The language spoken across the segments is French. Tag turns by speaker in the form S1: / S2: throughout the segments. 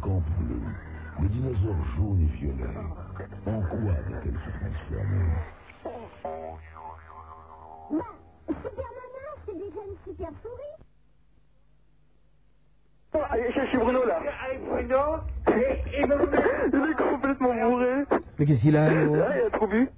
S1: camp bleu, le dinosaure jaune et violet, en quoi va-t-elle se transformer
S2: Non, Super Nana, c'est déjà une super souris.
S3: Allez, je suis Bruno là.
S4: Allez, Bruno, et, et me remettre-
S3: Il est complètement bourré.
S5: Mais qu'est-ce qu'il a Léo
S3: Là, il a trop bu.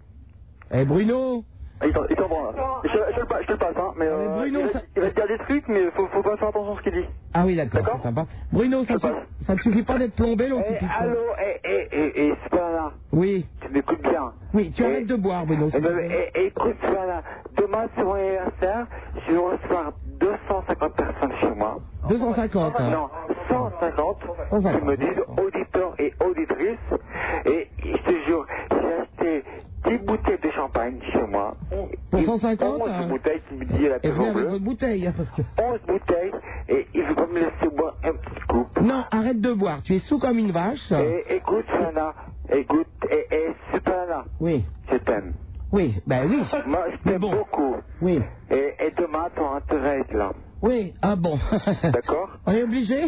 S5: Eh Bruno
S3: Ah, Il s'en il s'en branle là. Je, je le passe, je te le passe, hein. Mais,
S5: Ah, Mais
S3: euh,
S5: Bruno,
S3: il, va-
S5: ça-
S3: il va te dire des trucs, mais faut, faut pas faire attention à ce qu'il dit.
S5: Ah oui, d'accord,
S3: D'accord.
S5: c'est sympa. Bruno, ça,
S3: Je passe.
S5: su- ça ne suffit pas d'être plombé, l'on
S4: Eh, allô, eh, eh, eh, eh, Spana,
S5: Oui,
S4: tu m'écoutes bien.
S5: oui, tu
S4: Eh,
S5: arrêtes de boire, Bruno.
S4: Eh,
S5: s'il te
S4: ben,
S5: plaît.
S4: eh, eh, écoute, Spana, demain, c'est mon anniversaire, je vais recevoir 250 personnes chez moi.
S5: 250. hein.
S4: eh, Non, 150 qui me disent auditeurs et auditrices. Et je te jure, j'ai acheté 10 bouteilles de champagne chez moi.
S5: Pour
S4: Et
S5: 150,
S4: 11
S5: hein.
S4: bouteilles, tu me dis la
S5: Et venez
S4: toujours
S5: avec
S4: bleue.
S5: votre bouteille, hein, parce que...
S4: 11 bouteilles et il veut pas me laisser boire un petit coup.
S5: Non, arrête de boire, tu es sous comme une vache.
S4: Et écoute, Sana, écoute, et, et super Nana,
S5: Oui,
S4: je t'aime.
S5: oui, ben oui,
S4: Moi, je
S5: Mais
S4: t'aime
S5: bon.
S4: beaucoup.
S5: oui,
S4: Et, et demain, t'auras intérêt à être là.
S5: oui, ah bon.
S4: D'accord.
S5: On est obligé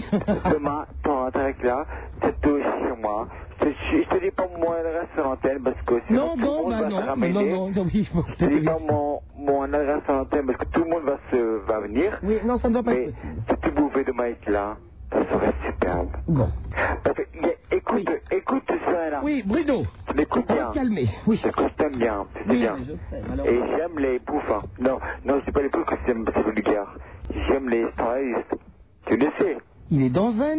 S4: Demain, t'auras intérêt à être là. Tu te douches chez moi. Je, je- je te dis pas mon adresse sur l'antenne parce que sinon
S5: Non,
S4: tout le
S5: bon,
S4: monde
S5: bah
S4: va se
S5: non,
S4: ramener.
S5: non, non, oui, bon,
S4: Je te dis pas mon, mon adresse sur l'antenne parce que tout le monde va, se, va venir.
S5: Oui, non, ça ne doit pas
S4: Mais
S5: être possible.
S4: si tu pouvais demain être là, ça serait superbe.
S5: Bon.
S4: Parce que, y a- écoute, écoute ça là.
S5: Oui, Bruno,
S4: Tu m'écoutes
S5: on va
S4: bien.
S5: se calmer, oui.
S4: Parce que je t'aime bien. Tu sais
S5: Oui,
S4: bien.
S5: oui, je sais, alors-
S4: Et j'aime les poufs. hein. Non, non, je dis pas les poufs que c'est c'est vulgaire. J'aime les travaillistes. Tu le sais.
S5: Il est dans un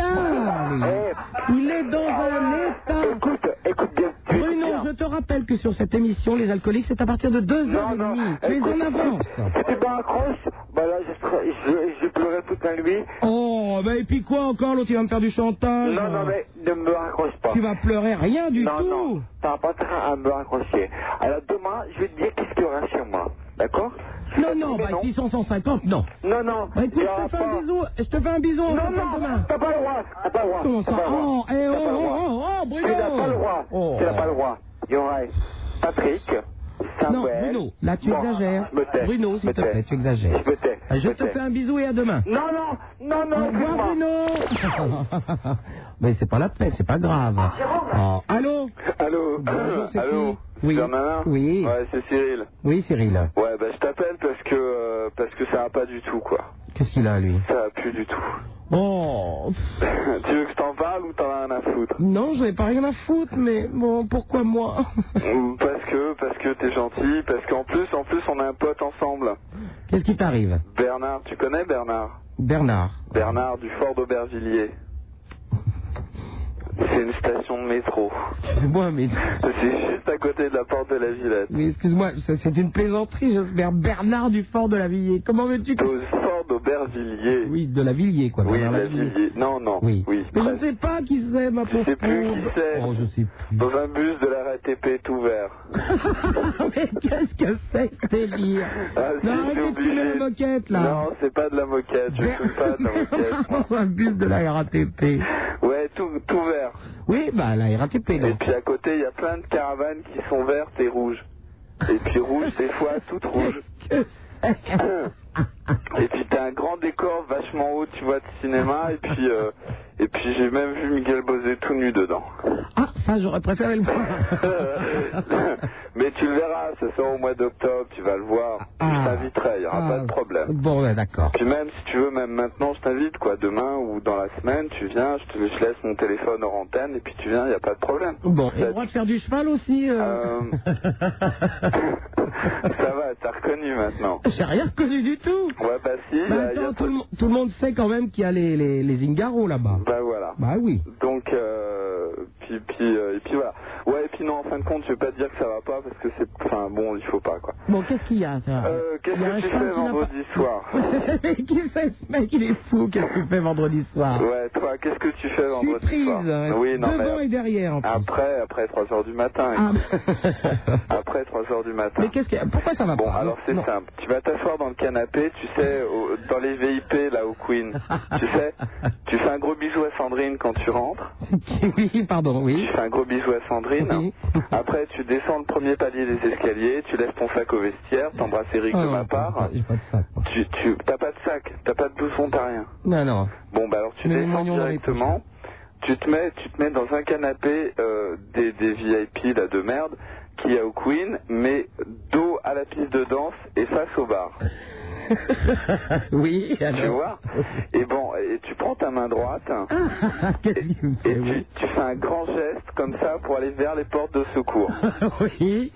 S5: état, les gars. Il est dans un état.
S4: Écoute, écoute bien. tu écoutes
S5: Bruno,
S4: bien.
S5: je te rappelle que sur cette émission, les alcooliques, c'est à partir de 2h30. Tu es
S4: écoute,
S5: en avance.
S4: Si tu m'accroches, bah là, je, serai- je, je pleurais toute la nuit.
S5: Oh, ben et puis quoi encore L'autre, il va me faire du chantage.
S4: Non, non, mais ne me raccroche pas.
S5: Tu vas pleurer rien du
S4: non,
S5: tout.
S4: non, t'as pas intérêt à me raccrocher. Alors demain, je vais te dire qu'est-ce qu'il y aura chez moi. D'accord
S5: Non, non,
S4: Mais
S5: bah, 650, non.
S4: Non, non.
S5: Bah, écoute,
S4: il y
S5: je
S4: aura
S5: te fais
S4: pas-
S5: un bisou, je te fais un bisou, on se
S4: Non,
S5: rappelle
S4: non,
S5: demain.
S4: t'as pas le droit. T'as pas le droit.
S5: Comment ça
S4: T'as pas le droit.
S5: Oh, eh, oh,
S4: T'as pas le droit.
S5: oh, oh, Bruno
S4: Tu n'as pas le droit.
S5: Oh.
S4: Tu n'as pas le droit. Il y aura Patrick, Samuel.
S5: Non, Bruno, là, tu
S4: Ah Bon,
S5: exagères.
S4: Je me tais.
S5: Bruno,
S4: Je
S5: s'il
S4: me
S5: te
S4: tais.
S5: plaît, tu exagères.
S4: Je me tais.
S5: Euh, Je
S4: me
S5: te
S4: tais.
S5: fais un bisou et à demain.
S4: Non, non, non,
S5: Au
S4: non,
S5: revoir,
S4: excuse-moi.
S5: Bruno Mais c'est pas la peine, c'est pas grave.
S3: Ah,
S5: Oh, Allô
S3: Allô
S5: Bonjour, c'est
S3: Allô
S5: qui Oui.
S3: Super Nana
S5: Oui.
S3: Ouais, c'est Cyril.
S5: Oui, Cyril.
S3: Ouais, bah je t'appelle parce que euh, parce que ça va pas du tout, quoi.
S5: Qu'est-ce qu'il a, lui
S3: Ça va plus du tout.
S5: Oh, pff,
S3: tu veux que je t'en parle ou t'en as rien à foutre
S5: non, j'en ai pas rien à foutre, mais bon, pourquoi moi
S3: Ou Parce que parce que t'es gentil, parce qu'en plus en plus on a un pote ensemble.
S5: Qu'est-ce qui t'arrive
S3: Bernard, tu connais Bernard
S5: Bernard.
S3: Bernard du Fort d'Aubervilliers. C'est une station de métro.
S5: Excuse-moi, mais...
S3: C'est juste à côté de la porte de la Villette.
S5: Mais excuse-moi, ça, c'est une plaisanterie, j'espère. Bernard du Fort de la Villiers. Comment veux-tu que...
S3: Au Fort d'Aubervilliers.
S5: Oui, de la Villiers, quoi.
S3: Oui,
S5: Bernard
S3: la
S5: Lavilliers.
S3: Villiers. Non, non.
S5: Oui. Mais je ne
S3: presque.
S5: sais pas qui c'est, ma
S3: Je
S5: pauvre.
S3: sais plus qui
S5: pauvre.
S3: c'est.
S5: Oh, je sais plus.
S3: Dans un bus de la RATP tout vert.
S5: Mais qu'est-ce que c'est que ce délire
S3: Ah, si,
S5: Non,
S3: j'ai
S5: arrêtez de
S3: oublié.
S5: fumer la moquette, là.
S3: Non, c'est pas de la moquette. Je fume pas de la moquette. moi.
S5: Dans un bus de la RATP.
S3: Ouais, tout, tout vert.
S5: Oui, bah la RATP,
S3: Et
S5: donc.
S3: puis à côté, il y a plein de caravanes qui sont vertes et rouges. Et puis rouges, des fois, toutes rouges. Et puis t'as un grand décor vachement haut, tu vois, de cinéma. Et puis, euh, et puis j'ai même vu Miguel Bosé tout nu dedans.
S5: Ah, ça, j'aurais préféré le voir.
S3: Mais tu le verras, ça sort au mois d'octobre, tu vas le voir.
S5: Ah.
S3: je t'inviterai, il n'y aura
S5: Ah,
S3: pas de problème.
S5: Bon, ben, d'accord.
S3: Puis même si tu veux, même maintenant, je t'invite, quoi. Demain ou dans la semaine, tu viens, je, te, je laisse mon téléphone hors antenne et puis tu viens, il n'y a pas de problème.
S5: Bon, et
S3: Ça-
S5: le droit de faire du cheval aussi euh.
S3: Euh, ça va, t'as reconnu maintenant.
S5: J'ai rien reconnu du tout.
S3: Ouais, bah si, il y
S5: Mais
S3: a- il y a
S5: attends,
S3: pas-
S5: tout le, mo- tout le monde sait quand même qu'il y a les, les, les Ingaros là-bas.
S3: Bah voilà.
S5: Bah oui.
S3: Donc, euh, puis, puis, euh, et puis voilà. Ouais, et puis non, en fin de compte, je vais pas te dire que ça va pas parce que c'est. Enfin, bon, il faut pas, quoi.
S5: Bon, qu'est-ce qu'il y a ça
S3: Euh, qu'est-ce
S5: Il y a
S3: que
S5: un
S3: tu
S5: cheval
S3: fais
S5: qui n'a
S3: vendredi
S5: pas-
S3: soir
S5: Mais qui c'est ce mec Il est fou. Qu'est-ce qu'il fait vendredi soir
S3: Ouais, toi, qu'est-ce que tu fais vendredi
S5: Surprise.
S3: soir
S5: hein,
S3: Oui, non,
S5: devant
S3: mais.
S5: et derrière en plus.
S3: Après, après 3 heures du matin.
S5: Ah,
S3: écoute. Après 3 heures du matin.
S5: mais qu'est-ce qu'il y a Pourquoi ça va
S3: Bon,
S5: pas
S3: alors c'est
S5: Ah, Non.
S3: simple. Tu vas t'asseoir dans le canapé, tu sais, au- dans les VIP, là, au Queen. tu sais, tu fais un gros bisou à Sandrine quand tu rentres.
S5: oui, pardon, oui.
S3: Tu fais un gros bisou à Sandrine.
S5: Oui.
S3: Après, tu descends le premier palier des escaliers, tu laisses ton sac au vestiaire, t'embrasses Eric
S5: Ah
S3: de
S5: non,
S3: ma
S5: j'ai pas-
S3: part.
S5: J'ai pas de sac. moi.
S3: Tu, tu, t'as pas de sac, t'as pas de blouson, t'as rien.
S5: Non, non.
S3: Bon, bah alors tu
S5: Mais les
S3: descends
S5: moignons dans les
S3: directement. tu te mets, tu te mets dans un canapé euh, des, des VIP là de merde qui est au Queen, mais dos à la piste de danse et face au bar.
S5: oui, alors.
S3: Tu vois Et bon, et tu prends ta main droite hein,
S5: Qu'est-ce qu'il me
S3: et tu,
S5: fait Eh oui.
S3: tu fais un grand geste comme ça pour aller vers les portes de secours.
S5: oui.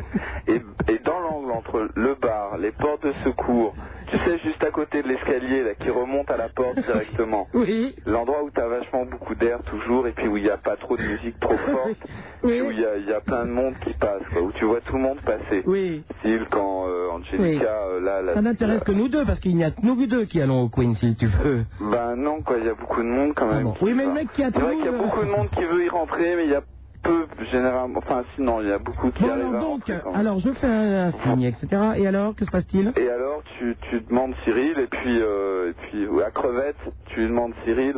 S3: Et, et dans l'angle entre le bar, les portes de secours, tu sais juste à côté de l'escalier là qui remonte à la porte directement.
S5: Oui.
S3: L'endroit où t'as vachement beaucoup d'air toujours et puis où il n'y a pas trop de musique trop forte,
S5: Oui.
S3: puis où il y a, il y a plein de monde qui passe, quoi, où tu vois tout le monde passer.
S5: Oui.
S3: Style quand euh, Angelica,
S5: Oui.
S3: euh, là, là,
S5: Ça n'intéresse que nous deux, parce qu'il n'y a que nous deux qui allons au Queen, si tu veux.
S3: Ben non, quoi, il y a beaucoup de monde quand
S5: Ah
S3: même.
S5: bon.
S3: qui
S5: Oui, mais
S3: va.
S5: le mec qui a
S3: C'est vrai
S5: tout,
S3: qu'il y a
S5: euh,
S3: beaucoup de monde qui veut y rentrer, mais il y a peu, généralement. Enfin, sinon, il y a beaucoup qui
S5: Bon,
S3: arrivent
S5: alors
S3: à
S5: donc,
S3: rentrer quand même.
S5: alors je fais un, un signe, etc. Et alors, que se passe-t-il
S3: Et alors, tu, tu demandes Cyril, et puis, euh, et puis ouais, à crevette, tu lui demandes Cyril,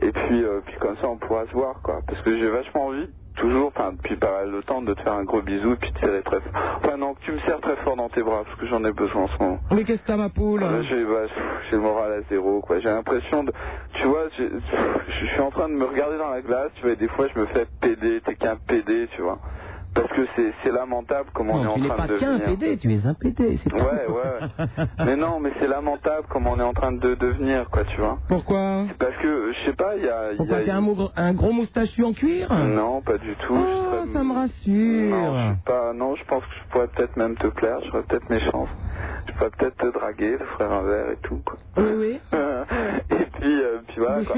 S3: et puis, euh, puis comme ça, on pourra se voir, quoi. Parce que j'ai vachement envie, toujours, enfin, depuis pas mal de temps, de te faire un gros bisou, et puis de serrer très fort. Enfin, non, que tu me serres très fort dans tes bras, parce que j'en ai besoin en ce moment.
S5: Mais qu'est-ce que t'as, ma poule
S3: Euh, J'ai bah, pff, j'ai le moral à zéro, quoi. J'ai l'impression de. Tu vois, j'ai- pff, je suis en train de me regarder dans la glace, tu vois, et des fois, je me fais PD, t'es qu'un PD, tu vois. Parce que c'est c'est lamentable comment on est
S5: Non,
S3: en
S5: tu n'es
S3: train
S5: pas
S3: de
S5: qu'un
S3: devenir.
S5: PD, tu es un PD, c'est tout.
S3: Ouais, ouais. ouais. mais non, mais c'est lamentable comment on est en train de devenir, quoi, tu vois.
S5: Pourquoi
S3: C'est parce que, euh, je sais pas, il y a. il y
S5: Pourquoi
S3: a-
S5: t'es un, mou- un gros moustachu en cuir
S3: Non, pas du tout.
S5: Oh,
S3: je serais-
S5: ça me rassure.
S3: Non, je suis pas. Non, je pense que je pourrais peut-être même te plaire, j'aurais peut-être mes chances. Je pourrais peut-être te draguer, te faire un verre et tout, quoi.
S5: Oui, oui.
S3: et puis, euh, puis voilà, quoi.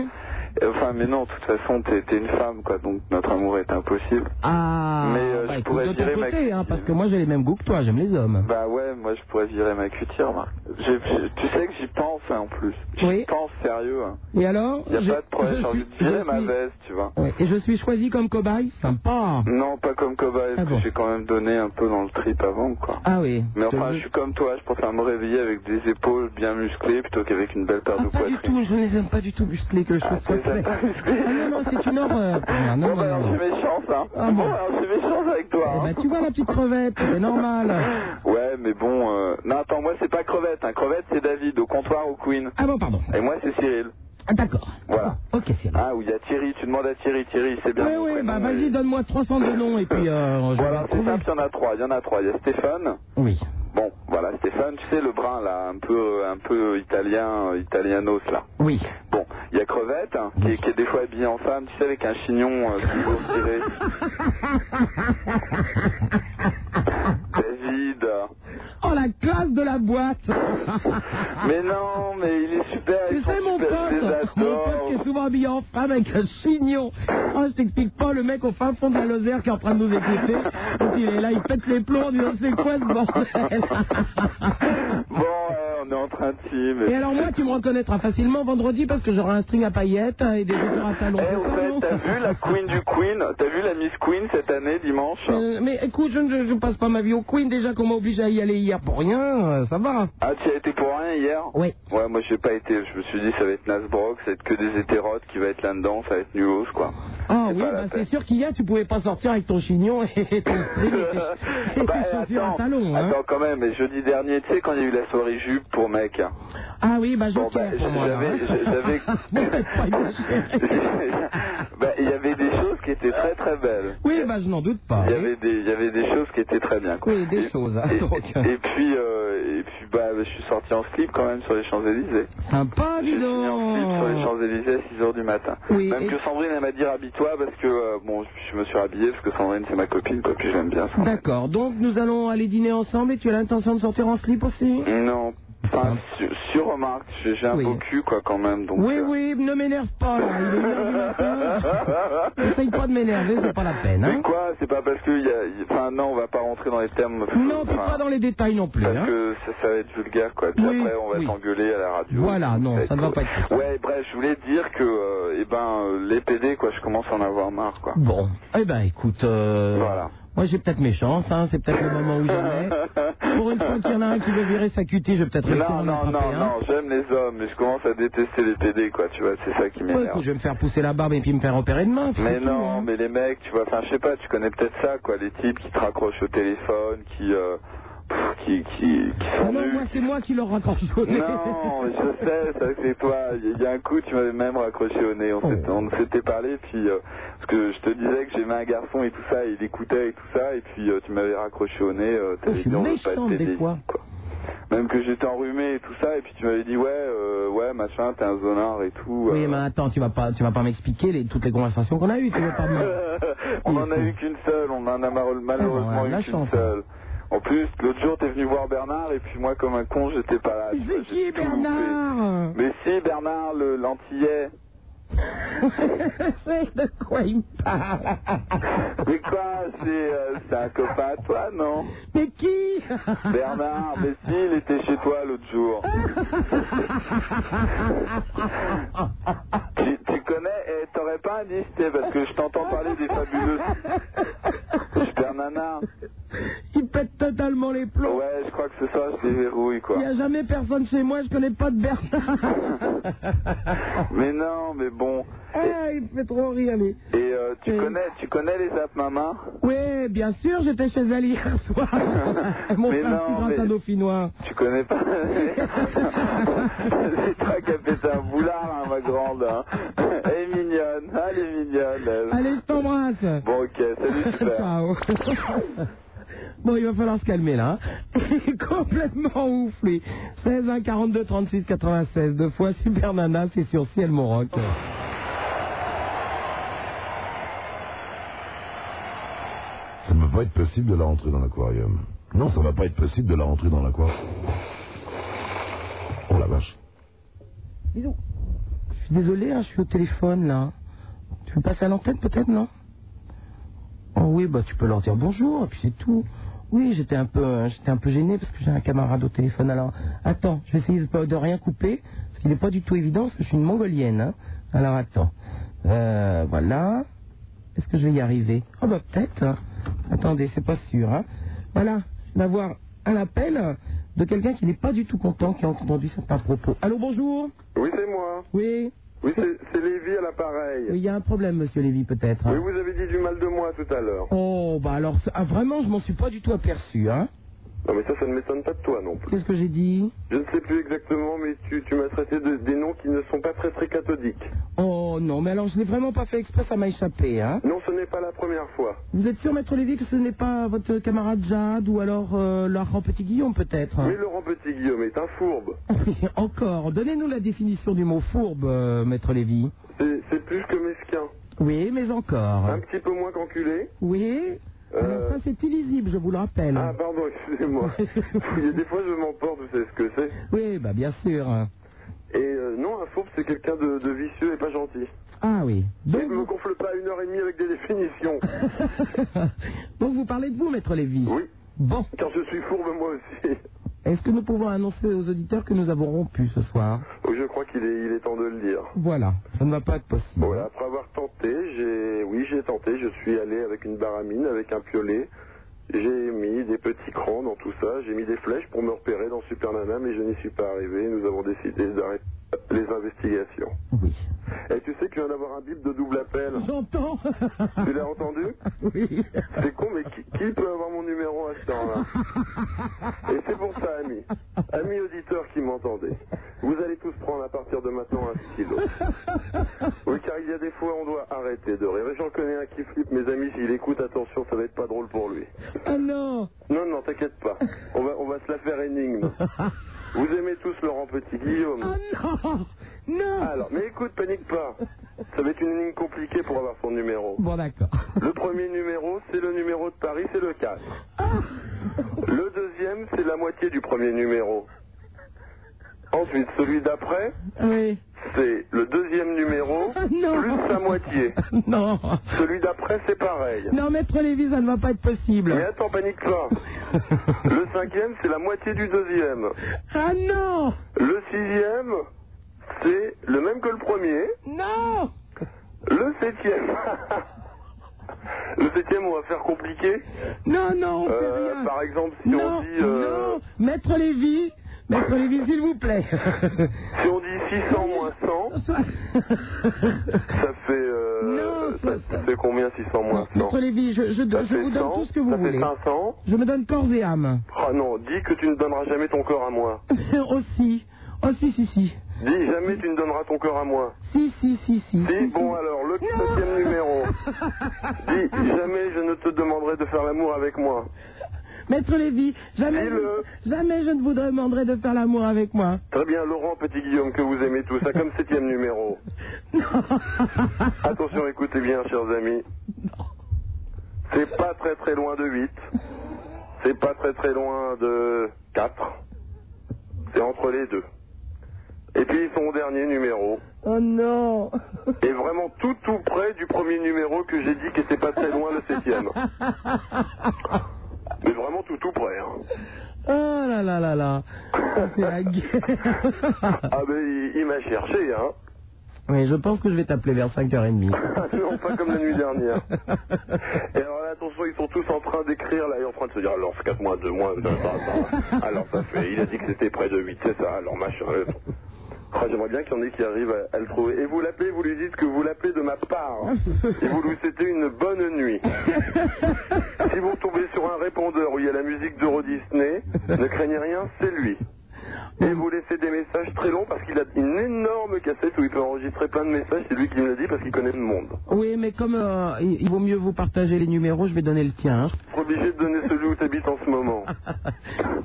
S3: Et Enfin, mais non, de toute façon, t'es t'es une femme, quoi, donc notre amour est impossible.
S5: Ah,
S3: Mais, euh, je
S5: écoute,
S3: pourrais
S5: de ton
S3: virer ma
S5: côté, hein,
S3: cuisine.
S5: parce que moi j'ai les mêmes goûts que toi, j'aime les hommes.
S3: Bah ouais, moi je pourrais virer ma cutie, Marc. Tu sais que j'y pense, hein, en plus. J'y
S5: Oui.
S3: pense sérieux, hein.
S5: Et alors
S3: Y a
S5: je-
S3: pas de problème,
S5: je
S3: j'ai envie
S5: suis-
S3: de virer
S5: je
S3: ma
S5: suis-
S3: veste, tu vois.
S5: Ouais, Et je suis choisi comme cobaye Sympa
S3: Non, pas comme cobaye,
S5: Ah
S3: parce
S5: bon.
S3: que j'ai quand même donné un peu dans le trip avant, quoi.
S5: Ah oui.
S3: Mais
S5: Te-
S3: enfin, je suis comme toi, je préfère me réveiller avec des épaules bien musclées plutôt qu'avec une belle paire
S5: Ah,
S3: de
S5: pas du
S3: poitrines.
S5: tout, je ne les aime pas du tout musclés, que je
S3: Ah,
S5: sois
S3: t'es pas musclé.
S5: clair. Ah non, non, c'est une horreur. Non, non,
S3: bon, bah,
S5: non,
S3: alors
S5: non.
S3: j'ai mes chances, hein.
S5: Ah bon.
S3: bon, alors j'ai mes chances avec toi.
S5: Eh
S3: hein.
S5: ben, tu vois la petite crevette, c'est normal.
S3: Ouais, mais bon. euh, Non, attends, moi c'est pas Crevette. Hein. Crevette, c'est David au comptoir au Queen.
S5: Ah bon, pardon.
S3: Et moi c'est Cyril.
S5: Ah, D'accord.
S3: Eh Voilà.
S5: Ok, c'est bon.
S3: Ah, où il y a Thierry. Tu demandes à Thierry. Thierry, c'est bien.
S5: Oui,
S3: mon
S5: oui,
S3: prénom,
S5: bah
S3: mais-
S5: vas-y, donne-moi 300 de noms et puis euh, je vais
S3: Voilà,
S5: le
S3: c'est
S5: trouver.
S3: simple, il y en a trois. Il y en a trois. Il y a Stéphane.
S5: Oui.
S3: Bon, voilà, Stéphane, tu sais, le brun là, un peu, un peu italien, euh, italianos là.
S5: Oui.
S3: Bon, il y a Crevette, hein, qui, est- qui est des fois habillée en femme, tu sais, avec un chignon euh, toujours tiré. David.
S5: Oh, la classe de la boîte
S3: Mais non, mais il est super.
S5: Tu
S3: ils sont
S5: sais, mon
S3: super, je les
S5: pote, mon
S3: adore.
S5: pote qui est souvent habillé en femme avec un chignon. Oh, je t'explique pas, le mec au fin fond de la Lozère qui est en train de nous écouter. Donc, il est là, il pète les plombs en disant c'est quoi ce bordel
S3: Bon, ouais, on est en train de filmer.
S5: Et alors, moi, tu me reconnaîtras facilement vendredi parce que j'aurai un string à paillettes et des chaussures à talons.
S3: Eh,
S5: C'est
S3: au
S5: ça,
S3: fait,
S5: non
S3: t'as vu la hein. Queen du Queen T'as vu la Miss Queen cette année, dimanche
S5: Euh, mais écoute, je ne je passe pas ma vie au Queen déjà qu'on m'a obligé à y aller hier pour rien, euh, ça va.
S3: Ah, tu y as été pour rien hier
S5: Oui.
S3: Ouais, moi j'ai pas été. Je me suis dit, ça va être Nasbrock, ça va être que des hétérotes qui va être là-dedans, ça va être nulos, quoi.
S5: Ah
S3: C'est
S5: oui,
S3: pas la
S5: bah,
S3: peine.
S5: c'est sûr qu'hier tu pouvais pas sortir avec ton chignon et ton string et tes, et
S3: Bah,
S5: tes chaussures à
S3: attends,
S5: talons. Hein.
S3: attends quand même, mais jeudi dernier, tu sais quand il y a eu la soirée jupe pour mec hein,
S5: Ah oui, bah je
S3: Bon,
S5: tiens
S3: bah,
S5: pour moi. là,
S3: j'avais-
S5: hein.
S3: j'avais-
S5: Bon, c'est pas exagéré.
S3: bah, il y avait des choses qui étaient très très belles.
S5: oui, bah je n'en doute pas.
S3: Il y
S5: oui.
S3: avait des, il y avait des choses qui étaient très bien. Quoi.
S5: Oui, des
S3: Et-
S5: choses, hein,
S3: Et,
S5: donc.
S3: et puis, euh, et puis, bah, je suis sorti en slip quand même sur les Champs Élysées.
S5: Sympa,
S3: J'ai
S5: Ah, dis
S3: fini en slip sur les
S5: donc.
S3: Champs-Élysées à 6h du matin.
S5: Oui,
S3: Même
S5: et-
S3: que Sandrine, elle m'a dit rhabille-toi parce que, euh, bon, je, je me suis rhabillé parce que Sandrine, c'est ma copine, quoi, puis j'aime bien Sandrine.
S5: D'accord, donc nous allons aller dîner ensemble et tu as l'intention de sortir en slip aussi
S3: Non, enfin, sur, sur remarque, j'ai j'ai un
S5: Oui.
S3: beau cul, quoi, quand même, donc...
S5: Oui,
S3: euh,
S5: oui, ne m'énerve pas, là. il est une heure du matin. Essaye pas de m'énerver, c'est pas la peine.
S3: Mais
S5: Hein.
S3: quoi C'est pas parce que... il Y a, il- enfin, non, on va pas rentrer dans les termes...
S5: Non, puis
S3: enfin,
S5: pas dans les détails non plus.
S3: Parce
S5: Hein.
S3: que ça, ça va être vulgaire, quoi. Puis
S5: Oui,
S3: après, on va
S5: oui.
S3: s'engueuler à la radio.
S5: Voilà, non,
S3: va
S5: ça ne va pas être possible.
S3: Ouais, bref, je voulais dire que, euh, eh ben, euh, les PD, quoi, je commence à en avoir marre, quoi.
S5: Bon, eh ben écoute, euh,
S3: Voilà.
S5: moi j'ai peut-être mes chances, hein, c'est peut-être le moment où j'en ai. Pour une fois qu'il y en a un qui veut virer sa cutie, je vais peut-être réussir à hein.
S3: Non,
S5: en
S3: non,
S5: attraper
S3: non,
S5: un.
S3: non, j'aime les hommes, mais je commence à détester les PD, quoi, tu vois, c'est ça qui
S5: Ouais,
S3: m'énerve.
S5: écoute, je vais me faire pousser la barbe et puis me faire opérer demain. c'est
S3: Mais
S5: tout,
S3: non,
S5: hein.
S3: mais les mecs, tu vois, enfin, je sais pas, tu connais peut-être ça, quoi, les types qui te raccrochent au téléphone, qui, euh, pff, qui, qui, qui
S5: Ah
S3: sont
S5: non,
S3: nuls.
S5: moi, c'est moi qui leur raccroche au nez.
S3: Non, mais je sais, ça c'est toi. Il y a un coup, tu m'avais même raccroché au nez. On s'était-
S5: Oh.
S3: on s'était parlé, puis euh, parce que je te disais que j'aimais un garçon et tout ça, et il écoutait et tout ça, et puis euh, tu m'avais raccroché au nez. Euh,
S5: Oh, je
S3: t'avais
S5: suis
S3: dit on veut pas
S5: méchante
S3: te
S5: des
S3: dé-
S5: fois.
S3: quoi. Même que j'étais enrhumé et tout ça, et puis tu m'avais dit ouais, euh, ouais, machin, t'es un zonard et tout.
S5: Oui,
S3: euh.
S5: mais attends, tu vas pas, tu vas pas m'expliquer les- toutes les conversations qu'on a eues, tu veux pas me...
S3: on
S5: Il est
S3: en a
S5: fou.
S3: eu qu'une seule, on en a mar-
S5: Ah, ben,
S3: malheureusement
S5: on a de la
S3: eu qu'une
S5: chance.
S3: seule. En plus, l'autre jour, t'es venu voir Bernard, et puis moi, comme un con, j'étais pas là. tu vois,
S5: C'est
S3: j'ai
S5: qui
S3: tout loupé.
S5: Bernard
S3: Mais si, Bernard, le l'antillais.
S5: C'est de quoi il me parle
S3: Mais quoi, c'est euh, c'est un copain à toi, non
S5: Mais qui
S3: Bernard, mais si, il était chez toi l'autre jour. tu, tu connais, et t'aurais pas un disque, t'sais, parce que je t'entends parler des fabuleux. Super Nana.
S5: Il pète totalement les plombs.
S3: Ouais, je crois que ce soir, je déverrouille, quoi.
S5: Il n'y a jamais personne chez moi, je connais pas de Bernard.
S3: Mais non, mais bon.
S5: ah, il me fait trop rire, lui.
S3: Et euh, tu,
S5: Oui.
S3: connais, tu connais les apps maman
S5: Oui, bien sûr, j'étais chez elle hier soir. Elle m'a
S3: Mais
S5: fait un
S3: non,
S5: petit gratin
S3: mais-
S5: dauphinois.
S3: Tu connais pas C'est toi qui as pété un boulard, hein, ma grande. hein. Elle est mignonne, hein, elle est mignonne. elle.
S5: Allez, je t'embrasse.
S3: Bon, ben. ok, salut, super.
S5: Ciao. Bon, il va falloir se calmer là. hein. Il est complètement ouf, lui. 16 1 42 36 96. Deux fois Super Nana, c'est sur Ciel Moroc.
S1: Ça ne va pas être possible de la rentrer dans l'aquarium. Non, ça ne va pas être possible de la rentrer dans l'aquarium. Oh la vache.
S5: Bisous. Je suis désolé, hein, je suis au téléphone là. Tu veux passer à l'antenne peut-être, non Oh oui, bah tu peux leur dire bonjour et puis c'est tout. Oui, j'étais un peu, euh, j'étais un peu gêné parce que j'ai un camarade au téléphone. Alors, attends, je vais essayer de, pas- de rien couper parce qu'il n'est pas du tout évident parce que je suis une mongolienne. hein. Alors attends, Euh, voilà. Est-ce que je vais y arriver Oh bah peut-être. hein. Attendez, c'est pas sûr. hein. Voilà, je vais avoir un appel de quelqu'un qui n'est pas du tout content, qui a entendu certains propos. Allô, bonjour.
S6: Oui, c'est moi.
S5: Oui,
S6: Oui, c'est c'est Lévi à l'appareil.
S5: oui, il y a un problème, monsieur Lévy, peut-être. hein.
S6: Oui, vous avez dit du mal de moi tout à l'heure.
S5: Oh, bah alors, ça- ah, vraiment, je m'en suis pas du tout aperçu, hein.
S6: Non, mais ça, ça ne m'étonne pas de toi non plus.
S5: Qu'est-ce que j'ai dit
S6: Je ne sais plus exactement, mais tu, tu m'as traité de, des noms qui ne sont pas très très cathodiques.
S5: Oh non, mais alors je l'ai vraiment pas fait exprès, ça m'a échappé, hein.
S6: Non, ce n'est pas la première fois.
S5: Vous êtes sûr, maître Lévy, que ce n'est pas votre camarade Jade ou alors euh, Laurent Petit Guillaume, peut-être
S6: Mais Laurent Petit-Guillaume est un fourbe.
S5: Encore, donnez-nous la définition du mot fourbe, euh, maître Lévy.
S6: C'est c'est plus que mesquin.
S5: Oui, mais encore.
S6: Un petit peu moins qu'enculé.
S5: Oui. Alors
S6: Hein? Euh.
S5: ça, c'est illisible, je vous le rappelle.
S6: Ah, pardon, excusez-moi. Il y a des fois, je m'emporte, vous savez ce que c'est.
S5: Oui, bah bien sûr.
S6: Et euh, non, un fourbe, c'est quelqu'un de, de vicieux et pas gentil.
S5: Ah oui.
S6: Ne
S5: Donc,
S6: me gonfle pas une heure et demie avec des définitions.
S5: Donc vous parlez de vous, maître Lévy
S6: Oui.
S5: Bon,
S6: Car je suis fourbe moi aussi.
S5: est-ce que nous pouvons annoncer aux auditeurs que nous avons rompu ce soir
S6: Oui, Oh, je crois qu'il est, il est temps de le dire.
S5: Voilà, ça ne va pas être possible.
S6: Bon, et après avoir tenté, j'ai, oui, j'ai tenté. Je suis allé avec une baramine, avec un piolet. J'ai mis des petits crans dans tout ça. J'ai mis des flèches pour me repérer dans Super Nana, mais je n'y suis pas arrivé. Nous avons décidé d'arrêter les investigations.
S5: Oui.
S6: Et tu sais que tu viens d'avoir un bip de double appel.
S5: J'entends.
S6: Tu l'as entendu
S5: oui.
S6: C'est con, mais qui, qui peut avoir mon numéro à ce temps-là Et c'est pour ça, amis, amis auditeurs qui m'entendez, vous allez tous prendre à partir de maintenant un stylo. Oui, car il y a des fois, on doit arrêter de rire. Et j'en connais un qui flippe, mes amis, s'il écoute, attention, ça va être pas drôle pour lui.
S5: Ah non.
S6: Non, non, t'inquiète pas, on va, on va se la faire énigme. Vous aimez tous Laurent Petit-Guillaume
S5: Ah non. Non.
S6: Alors, mais écoute, panique pas. Ça va être une énigme compliquée pour avoir son numéro.
S5: Bon d'accord.
S6: Le premier numéro, c'est le numéro de Paris, c'est le 4.
S5: Oh.
S6: Le deuxième, c'est la moitié du premier numéro. Ensuite, celui d'après,
S5: Oui.
S6: c'est le deuxième numéro
S5: Ah non.
S6: Oh, plus la moitié.
S5: Non.
S6: Celui d'après, c'est pareil.
S5: Non, maître Lévy, ça ne va pas être
S6: Mais
S5: possible.
S6: attends, panique pas. Le cinquième, c'est la moitié du deuxième.
S5: Ah non.
S6: Le sixième, c'est le même que le premier.
S5: Non.
S6: Le septième. Le septième, on va faire compliqué.
S5: Non, non, on fait
S6: Euh,
S5: rien.
S6: par exemple, si
S5: non,
S6: on dit... euh,
S5: non, maître Lévy, maître Lévy, s'il vous plaît.
S6: Si on dit 600 moins 100,
S5: Bonsoir.
S6: ça fait. euh,
S5: Non,
S6: ça, ça fait combien 600 moins 100
S5: Maître Lévy, je, je,
S6: Ça
S5: je
S6: fait
S5: vous donne
S6: 100,
S5: tout ce que vous
S6: ça
S5: voulez.
S6: fait 500.
S5: Je me donne corps et âme.
S6: Ah non, dis que tu ne donneras jamais ton corps à moi.
S5: Aussi. Oh, si, si, si.
S6: Dis jamais tu ne donneras ton corps à moi.
S5: Si, si, si, si.
S6: Dis, bon alors, le septième numéro. Dis, jamais je ne te demanderai de faire l'amour avec moi.
S5: Maître Lévy, jamais,
S6: Dis-le.
S5: jamais je ne vous demanderai de faire l'amour avec moi.
S6: Très bien, Laurent Petit Guillaume, que vous aimez tous, ça comme septième numéro. Attention, écoutez bien, chers amis. C'est pas très très loin de 8. C'est pas très très loin de 4. C'est entre les deux. Et puis son dernier numéro
S5: Oh non.
S6: est vraiment tout tout près du premier numéro que j'ai dit que c'est pas très loin le septième. Mais vraiment tout tout près. hein.
S5: Oh là là là là. Ça, C'est la guerre.
S6: Ah ben il, il m'a cherché, hein.
S5: Oui, je pense que je vais t'appeler vers 5h30.
S6: non, Ah, pas comme la nuit dernière. Et alors là, attention, ils sont tous en train d'écrire, là, et en train de se dire, alors c'est 4 moins, 2 moins, ça, ça, ça. alors ça fait, il a dit que c'était près de 8, c'est ça, alors machin. euh. Ah, J'aimerais bien qu'il y en ait qui arrivent à, à le trouver. Et vous l'appelez, vous lui dites que vous l'appelez de ma part. Et vous lui souhaitez une bonne nuit. si vous tombez sur un répondeur où il y a la musique d'Euro Disney, ne craignez rien, c'est lui. Et vous laissez des messages très longs parce qu'il a une énorme cassette où il peut enregistrer plein de messages. C'est lui qui me le dit parce qu'il connaît le monde.
S5: Oui, mais comme euh, il il vaut mieux vous partager les numéros, je vais donner le tien. hein.
S6: Je suis obligé de donner celui où t'habites en ce moment.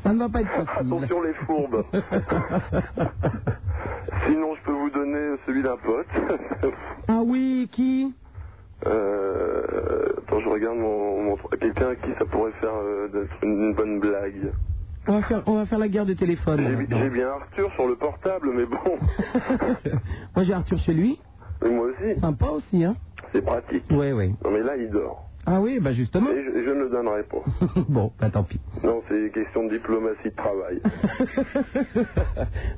S5: Ça ne va pas être possible.
S6: Attention les fourbes. Sinon, je peux vous donner celui d'un pote.
S5: Ah oui, qui
S6: Euh, attends, je regarde mon, mon- quelqu'un à qui ça pourrait faire euh, d'être une, une bonne blague.
S5: on va, faire, on va faire la guerre de téléphone.
S6: J'ai,
S5: maintenant.
S6: j'ai bien Arthur sur le portable, mais bon,
S5: Moi, j'ai Arthur chez lui.
S6: mais moi aussi,
S5: Sympa aussi, hein
S6: c'est pratique.
S5: Oui, oui.
S6: Non mais là, il dort.
S5: Ah oui, bah justement.
S6: Et je, et je ne le donnerai pas.
S5: bon, bah tant pis.
S6: Non, c'est une question de diplomatie de travail.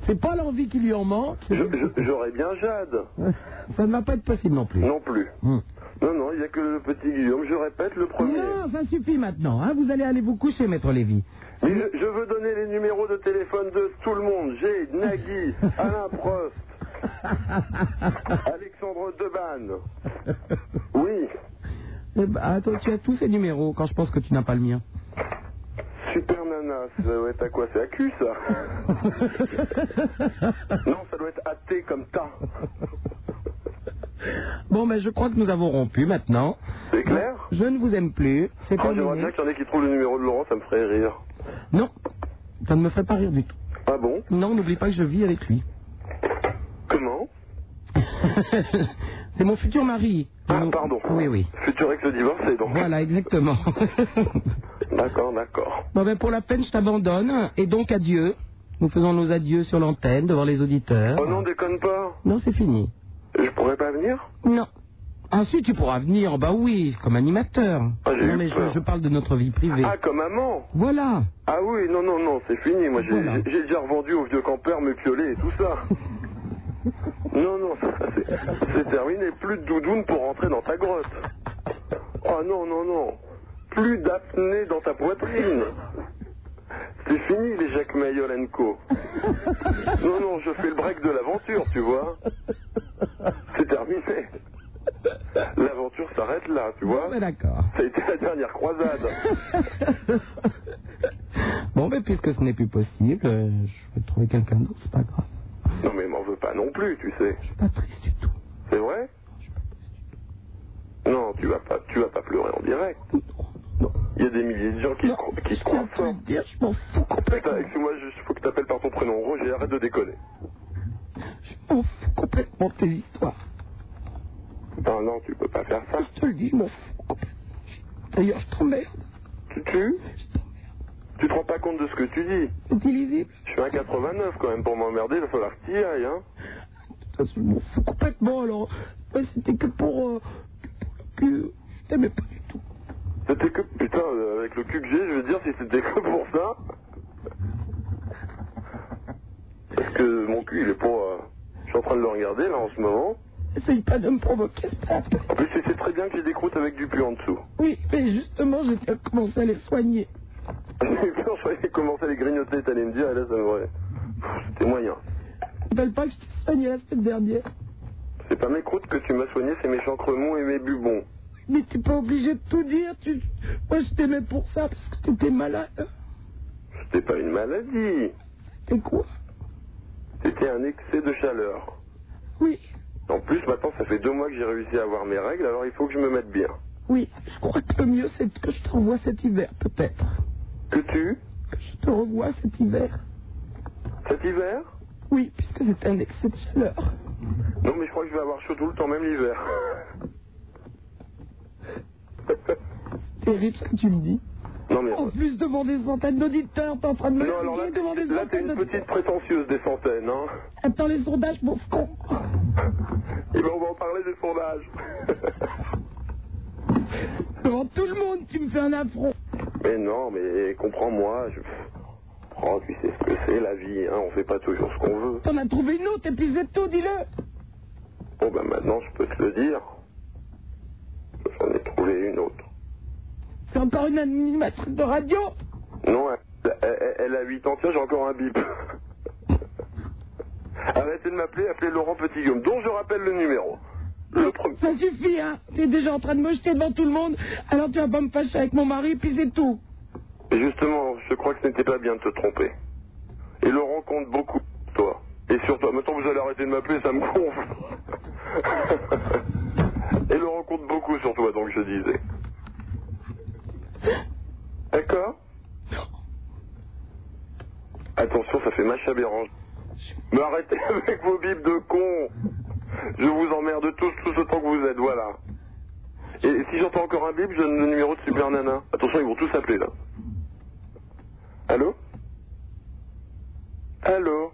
S5: C'est pas l'envie qui lui en manque.
S6: Je- je- j'aurais bien Jade.
S5: Ça ne va pas être possible non plus.
S6: Non plus.
S5: Hmm.
S6: Non, non, il n'y a que le petit Guillaume. Je répète, le premier.
S5: Non, ça suffit maintenant. hein. Vous allez aller vous coucher, Maître Lévy.
S6: Mais je, je veux donner les numéros de téléphone de tout le monde. J'ai Nagui, Alain Prost, Alexandre Deban. Oui,
S5: Eh ben, attends, tu as tous ces numéros quand je pense que tu n'as pas le mien.
S6: Super Nana, ça doit être à quoi C'est à cul, ça Non, ça doit être à T comme tas.
S5: Bon, ben je crois que nous avons rompu maintenant.
S6: C'est clair
S5: Je ne vous aime plus. C'est
S6: Ah, J'aimerais
S5: terminé.
S6: bien qu'il y en ait qui trouvent le numéro de Laurent, ça me ferait rire.
S5: Non, ça ne me fait pas rire du tout.
S6: Ah bon
S5: Non, n'oublie pas que je vis avec lui.
S6: Comment
S5: C'est mon futur mari.
S6: Ah,
S5: Nous-
S6: pardon.
S5: Oui, oui.
S6: Futur ex divorcé, donc.
S5: Voilà, exactement.
S6: D'accord, d'accord.
S5: bon, ben pour la peine, je t'abandonne. Et donc, adieu. Nous faisons nos adieux sur l'antenne devant les auditeurs.
S6: Oh non, déconne pas.
S5: Non, c'est fini.
S6: Je pourrais pas venir
S5: Non. Ah si, tu pourras venir, bah oui, comme animateur.
S6: Ah, j'ai
S5: non,
S6: eu
S5: mais je,
S6: peur.
S5: je parle de notre vie privée.
S6: Ah, comme amant
S5: Voilà.
S6: Ah oui, non, non, non, c'est fini. Moi, j'ai
S5: Voilà.
S6: j'ai- j'ai déjà revendu au vieux campeur, me pioler et tout ça. non, non, ça, c'est- c'est terminé. Plus de doudoune pour rentrer dans ta grotte. Oh non, non, non. Plus d'apnée dans ta poitrine. C'est fini, les Jacques Mayol Co. Non, non, je fais le break de l'aventure, tu vois. C'est terminé. L'aventure s'arrête là, tu vois.
S5: Ouais, Ah, ben, d'accord.
S6: Ça a été la dernière croisade.
S5: Bon, mais puisque ce n'est plus possible, euh, je vais trouver quelqu'un d'autre, c'est pas grave.
S6: Non, mais m'en veux pas non plus, tu sais.
S5: Je suis pas triste du tout.
S6: C'est vrai Non, tu vas pas, tu vas pas pleurer en direct. Il y a des milliers de gens qui,
S5: Non,
S6: te cro-
S5: je
S6: qui te
S5: tiens
S6: croient
S5: à te
S6: ça.
S5: le dire, je m'en fous
S6: Putain,
S5: complètement.
S6: excuse-moi, il faut que t'appelles par ton prénom. Roger, arrête de déconner.
S5: Je m'en fous complètement de tes histoires.
S6: Non, non, tu peux pas faire ça.
S5: Je te le dis, je m'en fous complètement. D'ailleurs, je t'emmerde.
S6: Tu, tu,
S5: Je t'emmerde.
S6: tu te rends pas compte de ce que tu dis.
S5: C'est illisible.
S6: Je suis un 89 quand même, pour m'emmerder, il va falloir que t'y ailles, hein.
S5: Putain, Je m'en fous complètement, alors. ouais, C'était que pour... euh, que, que je t'aimais pas du tout.
S6: C'était que, putain, euh, avec le cul que j'ai, je veux dire, si c'était que pour ça. Parce que mon cul, il est pas. euh, je suis en train de le regarder, là, en ce moment.
S5: Essaye pas de me provoquer, s'il te plaît.
S6: En plus, tu sais très bien que j'ai des croûtes avec du puits en dessous.
S5: Oui, mais justement, j'ai commencé à les soigner.
S6: J'ai eu peur, je croyais commencer à les grignoter, t'allais me dire, et là, ça me C'était moyen.
S5: Je ne rappelle pas que je t'ai soigné la semaine dernière.
S6: C'est pas mes croûtes que tu m'as soigné, c'est mes chancres mous et mes bubons.
S5: Mais t'es pas obligé de tout dire. Tu... Moi, je t'aimais pour ça, parce que t'étais malade.
S6: C'était pas une maladie,
S5: T'es quoi
S6: c'était un excès de chaleur.
S5: Oui,
S6: En plus, maintenant, ça fait deux mois que j'ai réussi à avoir mes règles, alors il faut que je me mette bien.
S5: oui. Je crois que le mieux, c'est que je te revoie cet hiver, peut-être.
S6: Que tu
S5: Que je te revoie cet hiver.
S6: Cet hiver
S5: Oui, puisque c'est un excès de chaleur.
S6: Non, mais je crois que je vais avoir chaud tout le temps, même l'hiver.
S5: Terrible ce que tu me dis.
S6: Non, mais.
S5: En plus, devant des centaines d'auditeurs, t'es en train de me
S6: Non, alors là,
S5: fatiguer devant des
S6: là, t'es
S5: centaines
S6: une petite
S5: d'auditeurs.
S6: prétentieuse des centaines, hein.
S5: Attends les sondages, mon con.
S6: Et ben, on va en parler des sondages.
S5: Devant tout le monde, tu me fais un affront.
S6: mais non, mais comprends-moi, je. Oh, tu sais ce que c'est la vie, hein, on fait pas toujours ce qu'on veut.
S5: T'en as trouvé une autre, et puis c'est tout, dis-le.
S6: Bon, ben maintenant, je peux te le dire. J'en ai trouvé une autre.
S5: C'est encore une animatrice de radio.
S6: Non, elle, elle- elle a 8 ans. Tiens, j'ai encore un bip. Arrêtez de m'appeler, appelez Laurent Petit-Guillaume, dont je rappelle le numéro. Le premier.
S5: Ça suffit, hein. T'es déjà en train de me jeter devant tout le monde, alors tu vas pas me fâcher avec mon mari, puis c'est tout.
S6: Et justement, je crois que ce n'était pas bien de te tromper. Et Laurent compte beaucoup sur toi. Et sur toi. Maintenant, vous allez arrêter de m'appeler, ça me gonfle. Et Laurent compte beaucoup sur toi, donc je disais. D'accord Attention, ça fait machin bérange. Mais arrêtez avec vos bips de con Je vous emmerde tous, tous autant que vous êtes, voilà. Et si j'entends encore un bip, je donne le numéro de Super Nana. Attention, ils vont tous appeler, là. Allô Allô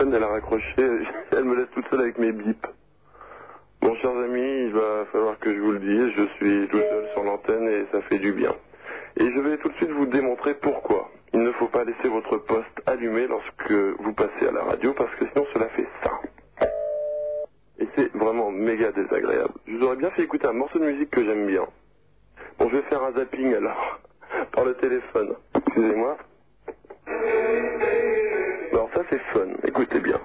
S6: Elle elle a raccroché, elle me laisse toute seule avec mes bips. Mon cher ami, il va falloir que je vous le dise, je suis tout seul sur l'antenne et ça fait du bien. Et je vais tout de suite vous démontrer pourquoi. Il ne faut pas laisser votre poste allumé lorsque vous passez à la radio parce que sinon cela fait ça. Et c'est vraiment méga désagréable. Je vous aurais bien fait écouter un morceau de musique que j'aime bien. Bon, je vais faire un zapping alors, par le téléphone. Excusez-moi. Alors ça c'est fun, écoutez bien.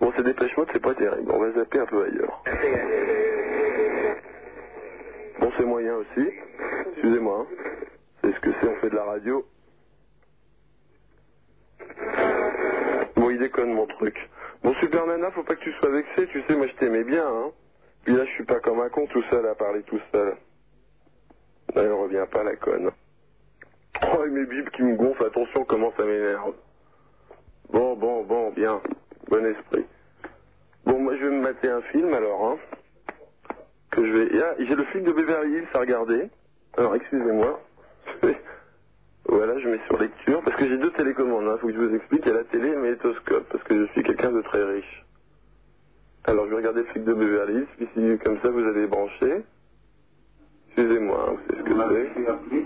S6: Bon, c'est Dépêche Mode, c'est pas terrible, on va zapper un peu ailleurs. Bon, c'est moyen aussi. Excusez-moi, hein. c'est ce que c'est, on fait de la radio. Bon, il déconne mon truc. Bon, Super Nana, faut pas que tu sois vexé, tu sais, moi je t'aimais bien, hein. Puis là, je suis pas comme un con tout seul à parler tout seul. Là, elle revient pas, la conne. Oh, et mes bibles qui me gonflent, attention, comment ça m'énerve. Bon, bon, bon, bien. Bon esprit. Bon, moi je vais me mater un film alors, hein. Que je vais. Ah, j'ai le film de Beverly Hills à regarder. Alors, excusez-moi. Voilà, je mets sur lecture, parce que j'ai deux télécommandes, hein. faut que je vous explique, il y a la télé et mes éthoscopes, parce que je suis quelqu'un de très riche. Alors je vais regarder le flic de Beverly Hills, puis si comme ça vous allez brancher. Excusez-moi, hein, vous savez ce que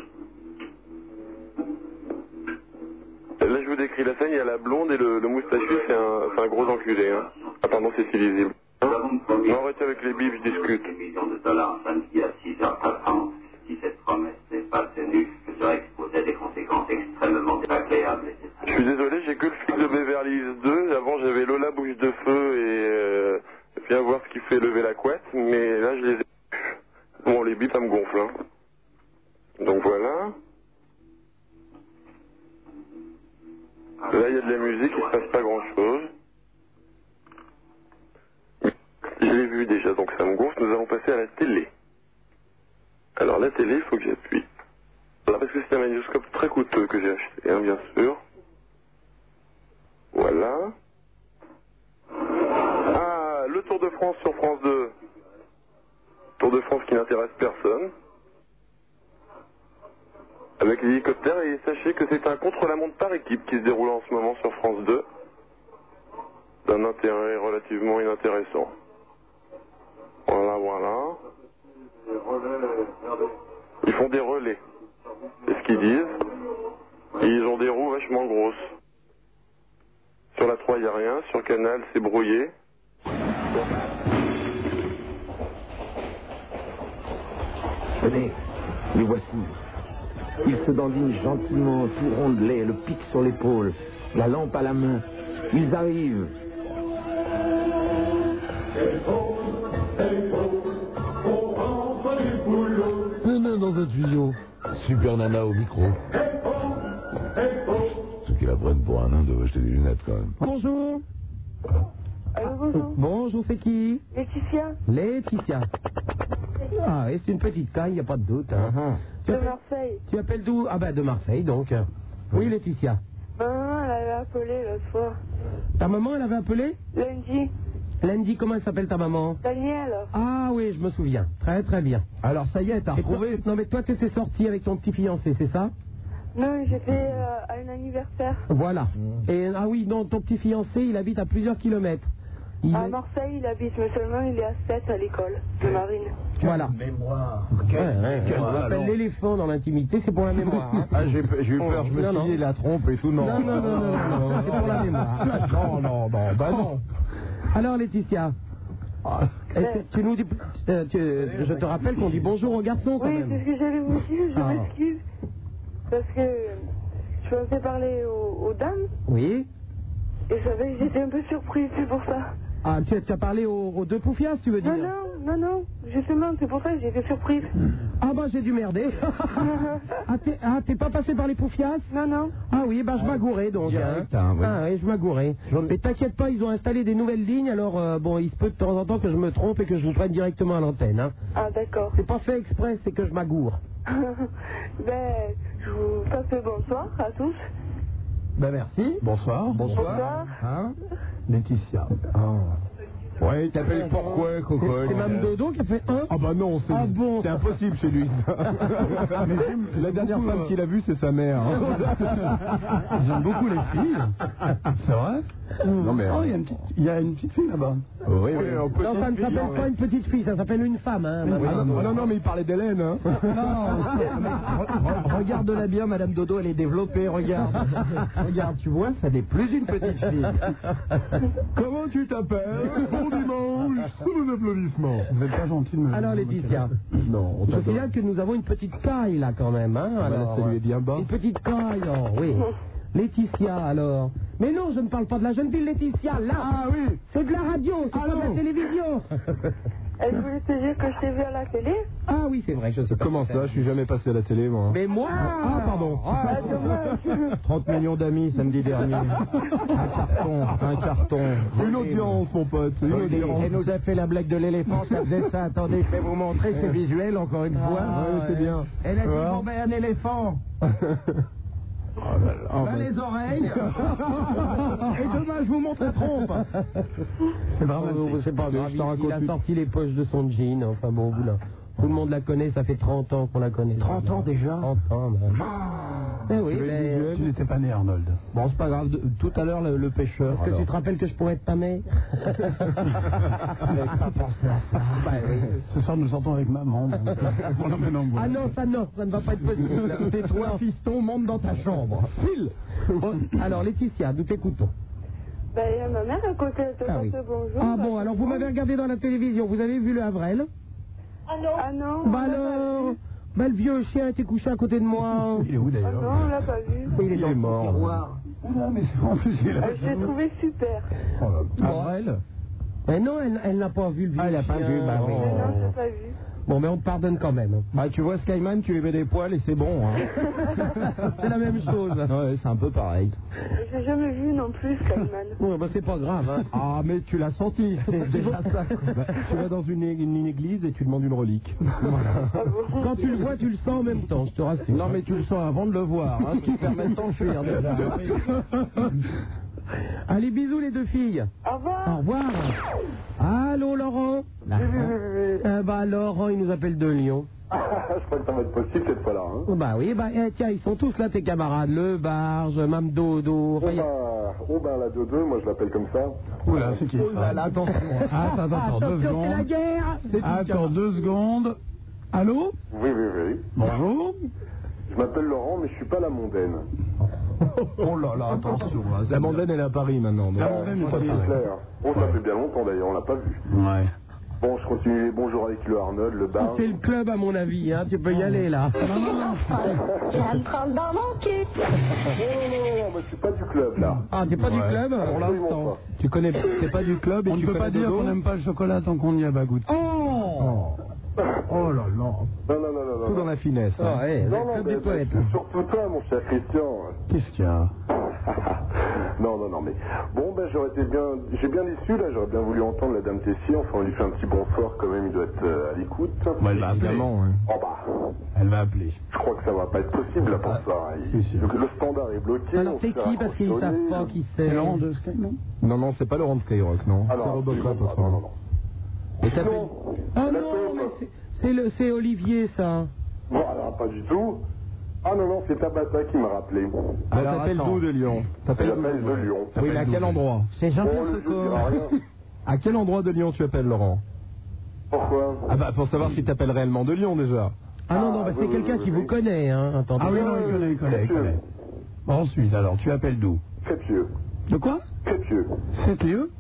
S6: c'est. Là je vous décris la scène, il y a la blonde et le, le moustachu, c'est un, c'est un gros enculé. Hein. Ah pardon, c'est si lisible. Hein Non, arrêtez avec les bips, je discute.
S7: millions de dollars samedi à 6h50. Si cette promesse n'est pas tenue, je serai exposé à des conséquences extrêmement désagréables. et
S6: Je suis désolé, j'ai que le flic de Beverly Hills 2. Avant, j'avais Lola Bouche de Feu et euh, viens voir ce qui fait lever la couette. Mais là, je les ai. Bon, les bips, ça me gonfle. hein. Donc voilà. Là, il y a de la musique, il se passe pas grand chose. Je l'ai vu déjà, donc ça me gonfle. Nous allons passer à la télé. Alors, la télé, il faut que j'appuie. Alors, parce que c'est un magnétoscope très coûteux que j'ai acheté, hein, bien sûr. Voilà. Ah, le Tour de France sur France 2. Tour de France qui n'intéresse personne. Avec l'hélicoptère, et sachez que c'est un contre-la-montre par équipe qui se déroule en ce moment sur France 2. D'un intérêt relativement inintéressant. Voilà, voilà. Ils font des relais. C'est ce qu'ils disent. Et ils ont des roues vachement grosses. Sur la 3, il n'y a rien. Sur Canal, c'est brouillé.
S5: Tenez, les voici. Ils se dandinent gentiment, tout rondelés, le pic sur l'épaule,
S8: la lampe à la main. Ils arrivent.
S1: Une main dans un tuyau. Super Nana au micro. Ceux qui la prennent pour un nain doivent acheter des lunettes quand même.
S5: Bonjour.
S9: Allô, bonjour.
S5: Bonjour, c'est qui
S9: Laetitia,
S5: Laetitia. Ah, et c'est une petite taille, il n'y a pas de doute. hein. Tu,
S9: de
S5: appelles,
S9: Marseille.
S5: tu appelles d'où Ah bah de Marseille, donc. Oui, Laetitia.
S9: Ma maman, elle avait appelé l'autre fois.
S5: Ta maman, elle avait appelé
S9: Lundi.
S5: Lundi, comment elle s'appelle ta maman
S9: Daniel.
S5: Ah oui, je me souviens. Très très bien.
S8: Alors ça y est, t'as
S5: Et toi-
S8: retrouvé
S5: non mais toi, t'étais sorti avec ton petit fiancé, c'est ça
S9: Non, j'étais euh, à un anniversaire.
S5: Voilà. Et ah oui, non, ton petit fiancé, il habite à plusieurs kilomètres. Il
S9: À
S5: est-
S9: Marseille, il habite, mais seulement il est à 7 à l'école de marine.
S5: Voilà.
S8: mémoire.
S5: Ouais, ouais,
S8: quel
S5: on l'appelle
S8: talent.
S5: l'éléphant dans l'intimité, c'est pour la mémoire. hein.
S8: Ah, j'ai j'ai eu peur, je me
S5: Non,
S8: suis
S5: non.
S8: dit la trompe et tout. Non, Ah,
S5: Non, non, non, non, non, non, c'est pour la mémoire.
S8: Non, non, non, bah non. Ah.
S5: Alors Laetitia, est-ce que tu nous dis, euh, tu- je te rappelle qu'on dit bonjour aux garçons quand
S9: Oui, c'est
S5: même.
S9: ce que j'allais vous dire, je
S5: Ah.
S9: m'excuse. Parce que je pensais parler aux, aux dames,
S5: Oui.
S9: et j'avais- j'étais un peu surprise, c'est pour ça.
S5: Ah, tu, tu as parlé aux, aux deux poufias, tu veux dire
S9: Non, non, non, non, justement, c'est pour ça que j'étais surprise.
S5: Ah bah j'ai dû merder. ah t'es ah, t'es pas passé par les poufias
S9: Non, non,
S5: Ah oui, bah je m'agourais donc.
S8: Direct, hein, oui.
S5: Ah oui, je m'agourais. Mais t'inquiète pas, ils ont installé des nouvelles lignes, alors euh, bon, il se peut de temps en temps que je me trompe et que je vous prenne directement à l'antenne. Hein.
S9: ah d'accord.
S5: C'est pas fait exprès, c'est que je m'agoure.
S9: ben, je vous passe le bonsoir à tous.
S8: Bah merci. Bonsoir.
S9: Bonsoir.
S8: Hein Laetitia. Ouais, il t'appelle pourquoi, Cocotte
S5: C'est Mme Dodo qui a fait un.
S8: Ah bah non, c'est
S5: Ah bon,
S8: c'est
S5: ça-
S8: impossible chez lui. ça. la dernière femme qu'il a vue, c'est sa mère. hein. J'aime beaucoup les filles. C'est vrai Non mais il y a une petite, fille là-bas. Oui, oui, on peut
S5: Non, ça ne s'appelle pas une petite fille, ça s'appelle une femme. Hein,
S8: Ah
S5: madame.
S8: non, non, non, mais il parlait d'Hélène. Hein.
S5: Regarde-la bien, Madame Dodo, elle est développée, regarde. regarde, tu vois, ça n'est plus une petite fille.
S8: Comment tu t'appelles Bon dimanche, sous nos applaudissements. Vous n'êtes pas gentil de me
S5: Alors, Laetitia,
S8: Non, on
S5: je signale que nous avons une petite taille là quand même. Hein,
S8: Ah bah là,
S5: alors,
S8: celui
S5: euh,
S8: est bien bas.
S5: Une petite taille, oh, oui. Laetitia, alors. Mais non, je ne parle pas de la jeune fille Laetitia, là.
S8: Ah oui Ah
S5: C'est de la radio, c'est pas de la
S8: Allô
S5: télévision.
S9: Et je voulais te dire que je t'ai vu à la télé.
S5: ah oui, c'est vrai, je sais pas.
S8: Comment
S5: si c'est-
S8: ça Je suis jamais passé à la télé, moi.
S5: Mais moi
S8: Ah, pardon.
S9: Ah, dommage.
S8: 30 millions d'amis samedi dernier. Un carton, un carton. Une audience, mon pote. Une audience.
S5: Elle nous a fait la blague de l'éléphant, ça faisait ça. Attendez, je vais vous montrer, c'est visuel encore une fois.
S8: Ah, ouais, c'est bien. Oh,
S5: Elle a dit,
S8: Tu vois
S5: bon ben un éléphant.
S8: oh,
S5: Là, les oreilles. Et demain, je vous montre la trompe.
S8: C'est
S5: Oh, c'est pas grave,
S8: Ah,
S5: il,
S8: Je t'en
S5: il
S8: raconte
S5: a
S8: une-
S5: sorti les poches de son jean. Enfin bon, vous là. Tout le monde la connaît, ça fait 30 ans qu'on la connaît.
S8: 30 ans déjà
S5: 30 ans, ben. Eh oui, mais...
S8: Tu n'étais pas né, Arnold. Bon, c'est pas grave. de- Tout à l'heure, le, le pêcheur.
S5: Est-ce que tu te rappelles que je pourrais être ta mère Bah oui.
S8: Ah, Ce soir, nous sortons avec maman. euh, On l'emmène en boîte.
S5: Ah non, ça non, ça ne va pas être possible. Tais-toi, fiston, monte dans ta chambre. File Bon, Oh, Alors, Laetitia, nous t'écoutons.
S9: Ben, il y a ma mère à côté, elle te
S5: Ah
S9: passe
S5: oui.
S9: le bonjour.
S5: Ah bon, alors vous m'avez regardé dans la télévision, vous avez vu le Avrel
S2: Ah non.
S9: Ah
S5: Bah
S9: non. on l'a pas
S5: alors
S9: vu.
S5: Bah le vieux chien était couché à côté de moi.
S8: Il est où,
S9: Ah non, on l'a pas vu.
S5: Il est, dans le
S8: mort.
S5: tiroir.
S8: Non, mais c'est en plus, il a...
S9: Euh, Je l'ai trouvé super.
S5: Ah,
S8: Avrel
S5: Mais Eh non, elle, elle n'a pas vu le vieux
S8: Ah, elle a pas
S5: chien.
S8: vu, bah oui.
S9: Mais non,
S5: Oh.
S9: je l'ai pas vu.
S5: Bon, mais on te pardonne quand même.
S8: Bah, tu vois, Skyman, tu lui mets des poils et c'est bon. Hein.
S5: C'est la même chose.
S8: ouais, c'est un peu pareil.
S9: Et Je l'ai jamais vu non plus, Skyman.
S5: Ouais, bah c'est pas grave. Hein.
S8: Ah, mais tu l'as senti, c'est déjà ça. tu vas dans une, une église et tu demandes une relique.
S9: Ah bon
S5: Quand tu le vois, tu le sens en même temps, je te rassure.
S8: Non, mais tu le sens avant de le voir, hein, ce qui te permet de t'enfuir déjà.
S5: Allez, bisous les deux filles.
S9: Au revoir.
S5: Au revoir. Allô, Laurent Eh bah, Laurent, il nous appelle de Lyon.
S6: je crois que ça va être possible cette fois-là. Hein.
S5: Oh, Bah oui, bah eh, tiens, ils sont tous là, tes camarades. Le Barge, Mme Dodo.
S6: Oh
S5: enfin, il y a-
S6: bah, oh bah la 2-2, moi je l'appelle comme ça.
S8: Oula, c'est qui ça Attends,
S5: Ah,
S8: attends,
S5: Attention, c'est la guerre
S8: Attends deux secondes. Allô
S6: Oui, oui, oui.
S8: Bonjour.
S6: Je m'appelle Laurent, mais je suis pas la mondaine.
S8: Oh là là, attention. La mondaine, elle est à Paris maintenant. donc.
S6: Euh, ça c'est clair. On ça fait bien longtemps d'ailleurs, on l'a pas vu.
S8: Ouais.
S6: Bon, je continue les bonjours avec le Arnold, le
S5: Ça,
S6: bar.
S5: Oh, c'est le club, à mon avis. Hein. Tu peux y aller, là.
S2: Tu vas me prendre dans mon cul.
S6: Non, non, non, non, moi, je suis pas du club, là.
S5: Ah, t'es pas du
S10: Ouais.
S5: club
S6: Absolument
S5: Pour l'instant.
S6: pas.
S10: Tu connais, t'es pas du club et
S5: On
S10: tu
S5: ne peut pas
S10: connais
S5: dire
S10: Dodo
S5: qu'on n'aime
S10: pas le chocolat tant qu'on n'y a pas goûté.
S5: Oh
S10: Oh là là.
S6: Non, non, non, non, non.
S10: Tout dans la finesse.
S8: hein.
S5: Ah, ouais, le
S6: Non, non,
S5: club
S6: mais-
S5: des toilettes.
S6: mais surtout toi, mon cher Christian.
S10: Qu'est-ce qu'il y a
S6: non, non, non, mais bon, ben j'aurais été bien, j'ai bien déçu là, j'aurais bien voulu entendre la dame Tessier, enfin on lui fait un petit bon fort quand même, il doit être euh, à l'écoute.
S10: Bah, elle va appeler.
S8: hein.
S6: Oh bah,
S10: Elle va appeler.
S6: je crois que ça va pas être possible
S5: Ah,
S6: là pour ça. Il-
S10: si, si.
S6: Le, le standard est bloqué.
S5: Alors,
S6: on
S5: Bah, c'est
S6: se fait
S5: qui Parce qu'ils savent
S6: raccrochonner.
S5: pas qui c'est.
S10: de Sky, non
S8: Non, non, c'est pas Laurent de Skyrock, non.
S6: Ah non,
S8: c'est
S6: absolument
S8: Robocop,
S6: pas, non, non,
S8: autrement.
S6: non.
S5: Et t'appelles-
S6: Non,
S5: Ah
S6: la
S5: non,
S6: taupe.
S5: mais c'est- c'est le- c'est Olivier, ça.
S6: Bon, alors pas du tout. Ah non, non, c'est Tabata qui m'a rappelé.
S8: Bah,
S10: Alors,
S8: t'appelles
S10: attends.
S8: d'où de Lyon
S6: Il
S8: T'appelles d'où
S6: appelle de Lyon.
S8: Oui, mais à quel endroit
S5: C'est
S6: Bon, le jeu dira rien.
S8: À quel endroit de Lyon tu appelles Laurent
S6: Pourquoi
S8: Ah bah, pour savoir si t'appelles réellement de Lyon déjà.
S5: Ah non, non, bah,
S6: Ah,
S5: c'est
S6: oui,
S5: quelqu'un
S6: oui, oui,
S5: qui
S6: oui.
S5: vous connaît, hein. Attendez.
S10: Ah oui, non, il connaît, il connaît, il connaît. Ensuite, alors, tu appelles d'où
S6: Crépieux.
S10: De quoi
S6: Crépieux.
S10: Crépieux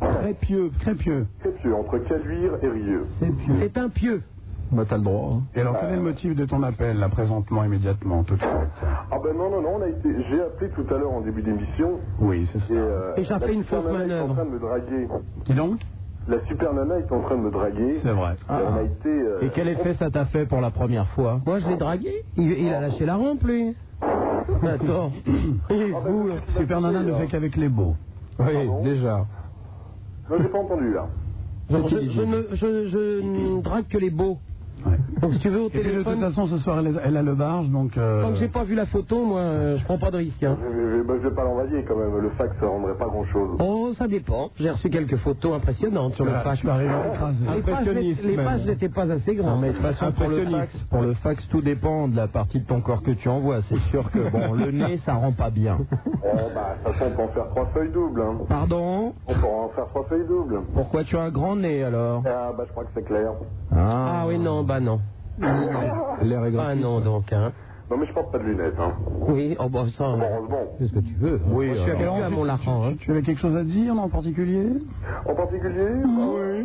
S10: Crépieux, Crépieux.
S6: Crépieux, entre Caluire et Rieux.
S10: Crépieux.
S5: C'est un pieux.
S8: Bah, t'as le droit. hein.
S10: Et alors, quel est
S6: Euh.
S10: le motif de ton appel, là, présentement, immédiatement, tout de suite
S6: Ah ben non, non, non, on a été... j'ai appelé tout à l'heure en début d'émission.
S10: Oui, c'est ça.
S6: Et, euh,
S5: Et j'ai
S6: la
S5: fait une
S6: super
S5: fausse
S6: nana est en
S5: manœuvre.
S6: train de me draguer.
S10: Dis donc
S6: La super nana est en train de me draguer.
S10: C'est vrai.
S6: Et
S5: Ah.
S6: on a
S10: Ah.
S6: été. euh,
S8: Et quel effet ça t'a fait pour la première fois
S5: Moi, je l'ai dragué. Il, il a lâché la rampe, lui. Attends. Il est fou, là.
S10: Super Nana ne fait qu'avec les beaux.
S5: Ah
S8: Oui, déjà.
S6: Non, Ben, j'ai pas entendu hein. là.
S5: Genre, je, je ne, je- je ne drague que les beaux.
S10: Ouais.
S5: Donc, si tu veux, au
S10: Et puis, de toute
S5: téléphone,
S10: façon, ce soir, elle, elle a le barge, donc... euh,
S5: tant que j'ai pas vu la photo, moi, euh, je prends pas de risque. hein.
S6: Je, je- ben, je- je vais pas l'envoyer quand même. Le fax, ça rendrait pas grand chose.
S5: Oh, ça dépend. J'ai reçu quelques photos impressionnantes sur
S10: tu
S5: le
S10: vas-
S5: fax. Ah,
S10: tu vas arriver à écraser.
S5: Les pages n'étaient- les pages n'étaient pas assez
S8: Non,
S5: grandes.
S8: mais de toute façon, pour le, fax, pour le fax, tout dépend de la partie de ton corps que tu envoies. C'est sûr que, bon, le nez, ça rend pas bien.
S6: Oh bah, de toute façon, on peut en faire trois feuilles doubles. hein.
S8: Pardon
S6: On peut en faire trois feuilles doubles.
S8: Pourquoi tu as un grand nez, alors
S6: Ah bah, je crois que c'est clair.
S5: Ah oui, non, bah non.
S8: L'air est
S5: Bah non, donc, hein.
S6: Non, mais je porte pas de lunettes. Hein.
S5: Oui, oh bah ça, hein.
S6: Heureusement.
S5: qu'est-ce que tu veux hein
S8: Oui,
S5: Moi, je suis
S8: alors.
S5: habitué à mon larron, hein.
S10: Tu avais quelque chose à dire, non, en particulier
S6: En particulier, bah, euh,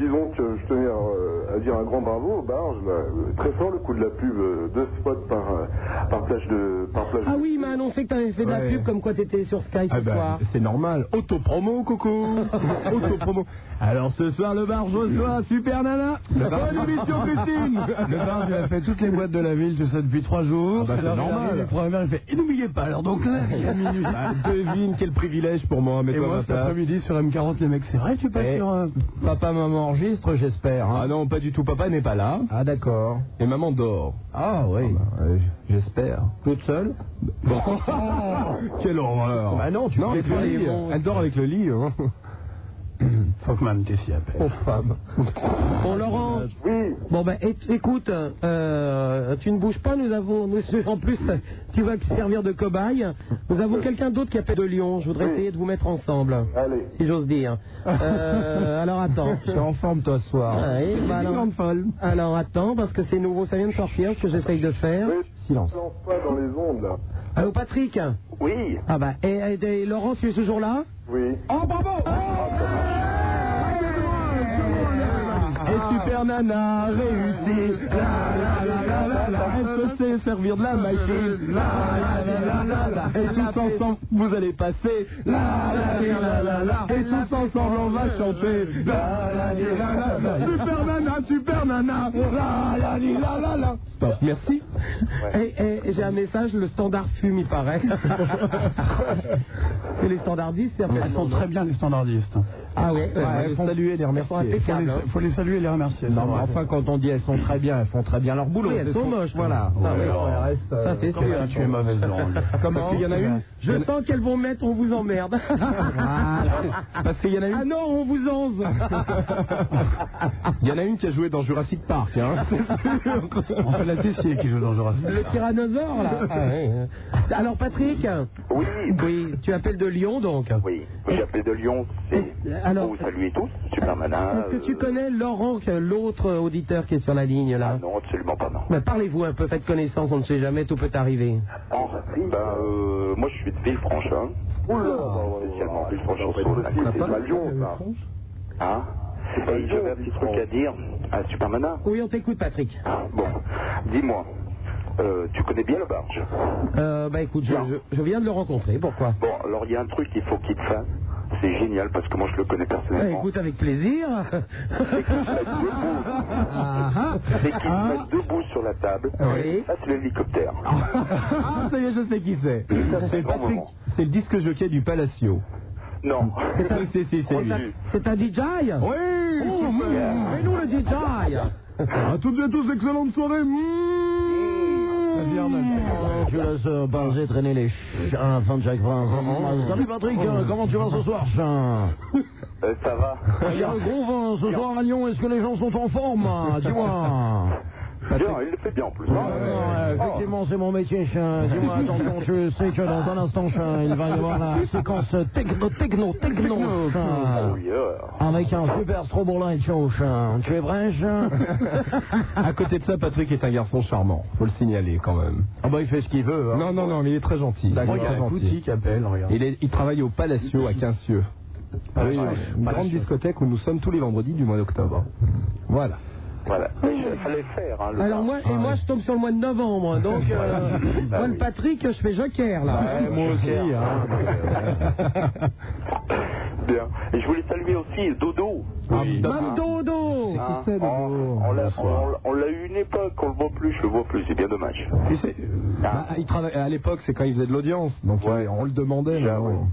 S6: disons que je tenais à, à dire un grand bravo au barge. là. Euh, Très fort le coup de la pub, euh, deux spots par, euh, par plage de. Par plage
S5: Ah
S6: de-
S5: oui, il m'a annoncé que t'avais fait de la
S8: Ouais.
S5: pub comme quoi t'étais sur Sky ce
S8: Ah ben,
S5: soir.
S8: c'est normal. Autopromo, coco. Autopromo. Alors ce soir, le bar reçoit Super Nana. Le bar Bonne émission, Christine.
S10: Le barge, il a fait toutes les boîtes de la ville, tout ça, depuis trois jours.
S8: Ah bah, c'est
S10: Alors, il
S8: normal.
S10: arrive, il prend un verre, il fait « Et n'oubliez pas, alors donc là, il y a minuit.
S8: Ah, devine quel privilège pour moi, mais
S10: Et
S8: toi,
S10: moi, cet
S8: Martha.
S10: après-midi, sur M40, les mecs, c'est vrai, tu passes
S8: Eh.
S10: sur... euh,
S8: Papa, maman enregistre, j'espère. Ah non, pas du tout. Papa n'est pas là. Ah d'accord. Et maman dort. Ah oui.
S10: bah,
S8: j'espère. Toute seule Bon. Quelle horreur.
S5: Bah non, tu fais
S8: non, avec le
S5: pas les
S8: lit.
S5: mots.
S8: Elle dort avec le lit. Hein.
S10: Faut que Mme Tessier appelle.
S8: femme.
S5: Bon, Laurent,
S6: Oui,
S5: bon, ben, et- écoute, euh, tu ne bouges pas, nous avons, nous- en plus, tu vas servir de cobaye. Nous avons quelqu'un d'autre qui appelle de Lyon, je voudrais
S6: Oui.
S5: essayer de vous mettre ensemble,
S6: allez.
S5: si j'ose dire. Euh, alors attends.
S8: T'es en forme, toi, ce soir.
S5: Ah, et bah, alors, alors, attends, parce que c'est nouveau, ça vient de sortir, ce que j'essaye de faire.
S6: Mais
S8: Silence.
S6: je lance pas dans les ondes là.
S5: Allô, Patrick
S6: Oui.
S5: Ah bah, et, et- et Laurent, tu es toujours là
S6: Oui.
S5: Oh, bravo
S8: Et Super Nana réussit. Ah. La, la, la, la, la, la. Elle se sait servir de la machine. La, la, la, la, la, la. Et tous ensemble, vous allez passer. La, la, la, la, la, la. Et tous ensemble, on va chanter. La, la, la, la, la, la. Super Nana, Super Nana.
S5: Oh
S8: La, la, la, la, la, la. Stop. Merci.
S5: Eh, eh, J'ai un message, le standard fume, il paraît. c'est les standardistes, c'est
S10: Elles sont très bien, les standardistes.
S5: Ah ouais, ouais, ouais,
S8: faut saluer les
S5: elles sont impeccables. hein.
S10: Il faut les saluer et les remercier. c'est
S8: Non, mais
S10: vrai.
S8: enfin, quand on dit elles sont très bien, elles font très bien leur boulot.
S5: Ah Oui, elles sont moches,
S8: Voilà.
S5: quand même. Ça, oui,
S8: Alors,
S5: elles restent, euh,
S8: ça, c'est
S5: quand même,
S8: sûr.
S5: elles
S10: tu es mauvaise langue.
S8: Comment Parce qu'il y en a une
S5: Je sens qu'elles vont mettre, on vous emmerde.
S8: Parce qu'il y en a une.
S5: ah non, on vous onze
S8: Il y en a une qui a joué dans Jurassic Park, hein.
S10: On fait la Tessier qui joue dans Jurassic.
S5: Le tyrannosaure, là. Ah ouais. Alors, Patrick
S7: Oui,
S5: Oui, tu appelles de Lyon, donc
S7: oui. J'ai appelé de Lyon. C'est
S5: Alors-
S7: pour vous saluer tous. Super Nana.
S5: Est-ce que tu
S7: euh,
S5: connais Laurent, que- l'autre auditeur qui est sur la ligne, là
S7: Ah non, absolument pas, non.
S5: Bah, Parlez-vous un peu, faites connaissance, on ne sait jamais, tout peut arriver.
S7: Oh, ben, euh, moi je suis de Villefranche-Saint.
S6: Oula. Ah,
S7: Spécialement Villefranche-sur-Saône. à
S6: C'est
S7: côté de
S6: pas
S7: Lyon.
S6: Lyon ça.
S7: Hein
S3: Euh, J'avais un petit truc à dire à Supermana.
S5: Oui, on t'écoute, Patrick.
S3: Bon, dis-moi, euh, tu connais bien le barge
S5: Euh, bah écoute, je, je- je viens de le rencontrer, pourquoi
S3: Bon, alors il y a un truc qu'il faut qu'il te fasse. C'est génial parce que moi je le connais
S5: Bah,
S3: personnellement.
S5: Écoute, avec plaisir.
S3: C'est qu'il
S5: ah.
S3: se mette debout sur la table. Ça, c'est l'hélicoptère.
S8: Ah, ça y est, je sais qui c'est.
S3: c'est
S8: C'est
S3: le grand
S8: Patrick.
S3: moment.
S8: C'est le disque jockey du Palacio.
S3: Non.
S8: C'est
S5: Oh,
S8: un, c'est, c'est, c'est lui.
S5: C'est un DJ
S8: Oui
S5: Oh, mais nous le DJ
S8: À toutes et à tous, excellente soirée Mmh.
S5: Mmh.
S11: Tu laisses euh, parler, traîner les chiens, fin de chaque prince.
S8: Mmh.
S11: Salut Patrick, euh, comment tu vas ce soir, chien
S3: Euh, ça va.
S11: Il y a un gros vent
S8: Mmh.
S11: ce soir à Lyon, est-ce que les gens sont en forme hein
S8: Ah.
S11: Dis-moi
S3: Bien, il le fait bien en
S5: Ah,
S3: plus.
S5: euh,
S11: Ouais, effectivement, c'est mon métier, chien. Dis-moi, attention, je sais que dans un instant, chien, il va y avoir la séquence techno, techno, techno,
S3: Oh,
S11: chien. Avec un super strobo light show, chien. Tu es vrai, chien
S8: À côté de ça, Patrick est un garçon charmant. Faut le signaler quand même.
S11: Ah bah, il fait ce qu'il veut.
S5: hein.
S8: Non, non, non, mais il est très gentil.
S11: D'accord,
S8: Il est très
S11: il y a
S8: gentil.
S11: Couty qui appelle, regarde.
S8: Il, est- il travaille au Palacio à Quincieux.
S11: Palacio.
S8: Ah Oui, une grande
S11: Palacio.
S8: discothèque où nous sommes tous les vendredis du mois d'octobre. Voilà.
S3: Voilà. Il fallait le faire. Hein, le
S5: Alors moi, et moi je tombe sur le mois de novembre, donc euh,
S3: Bah
S5: moi le Patrick, je fais joker là.
S8: Eh, moi aussi, hein. Ah.
S3: Bien. Et je voulais saluer aussi Dodo.
S5: Mam Dodo
S3: Hein,
S5: Oh.
S3: on on l'a- on- on l'a eu une époque, on le voit plus, je le vois plus, c'est bien dommage.
S8: Et c'est- bah, il travaille- à l'époque, c'est quand il faisait de l'audience. Donc euh, on le demandait. oh, mais non.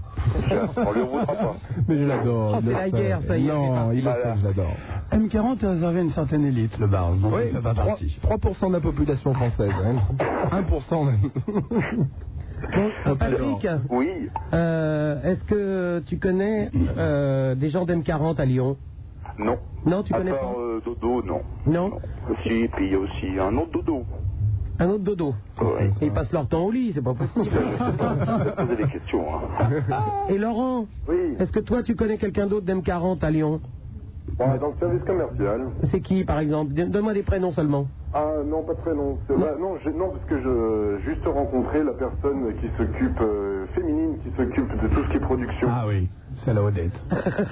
S3: On lui en voudra pas.
S8: Mais je l'adore.
S5: Oh, c'est
S8: il le
S5: la
S8: sait.
S5: guerre, ça y est, c'est
S8: Non,
S5: parti.
S8: il le
S3: Voilà.
S8: sait, je l'adore.
S12: M40 est réservé euh, à une certaine élite, le bar. Donc
S8: Oui,
S12: ça fait pas partie.
S8: 3%, de la population française. hein. 1% même.
S5: Donc, euh, Patrick,
S3: Oui,
S5: euh, est-ce que tu connais euh, des gens d'M40 à Lyon
S3: non.
S5: Non, tu
S3: à
S5: connais
S3: part
S5: pas
S3: euh, Dodo, non.
S5: Non
S3: Si, puis il y a aussi un autre Dodo.
S5: Un autre dodo.
S3: Ouais.
S5: Ils passent leur temps au lit, c'est pas possible.
S3: Je vais poser des questions. Hein.
S5: Et Laurent,
S6: Oui,
S5: est-ce que toi tu connais quelqu'un d'autre d'M40 à Lyon
S6: ouais, dans le service commercial.
S5: C'est qui par exemple Donne- Donne-moi des prénoms seulement.
S6: Ah non, pas très long. C'est- bah, non, j'ai- non, parce que je juste rencontré la personne qui s'occupe, euh, féminine, qui s'occupe de tout ce qui est production.
S12: Ah oui, c'est la Odette.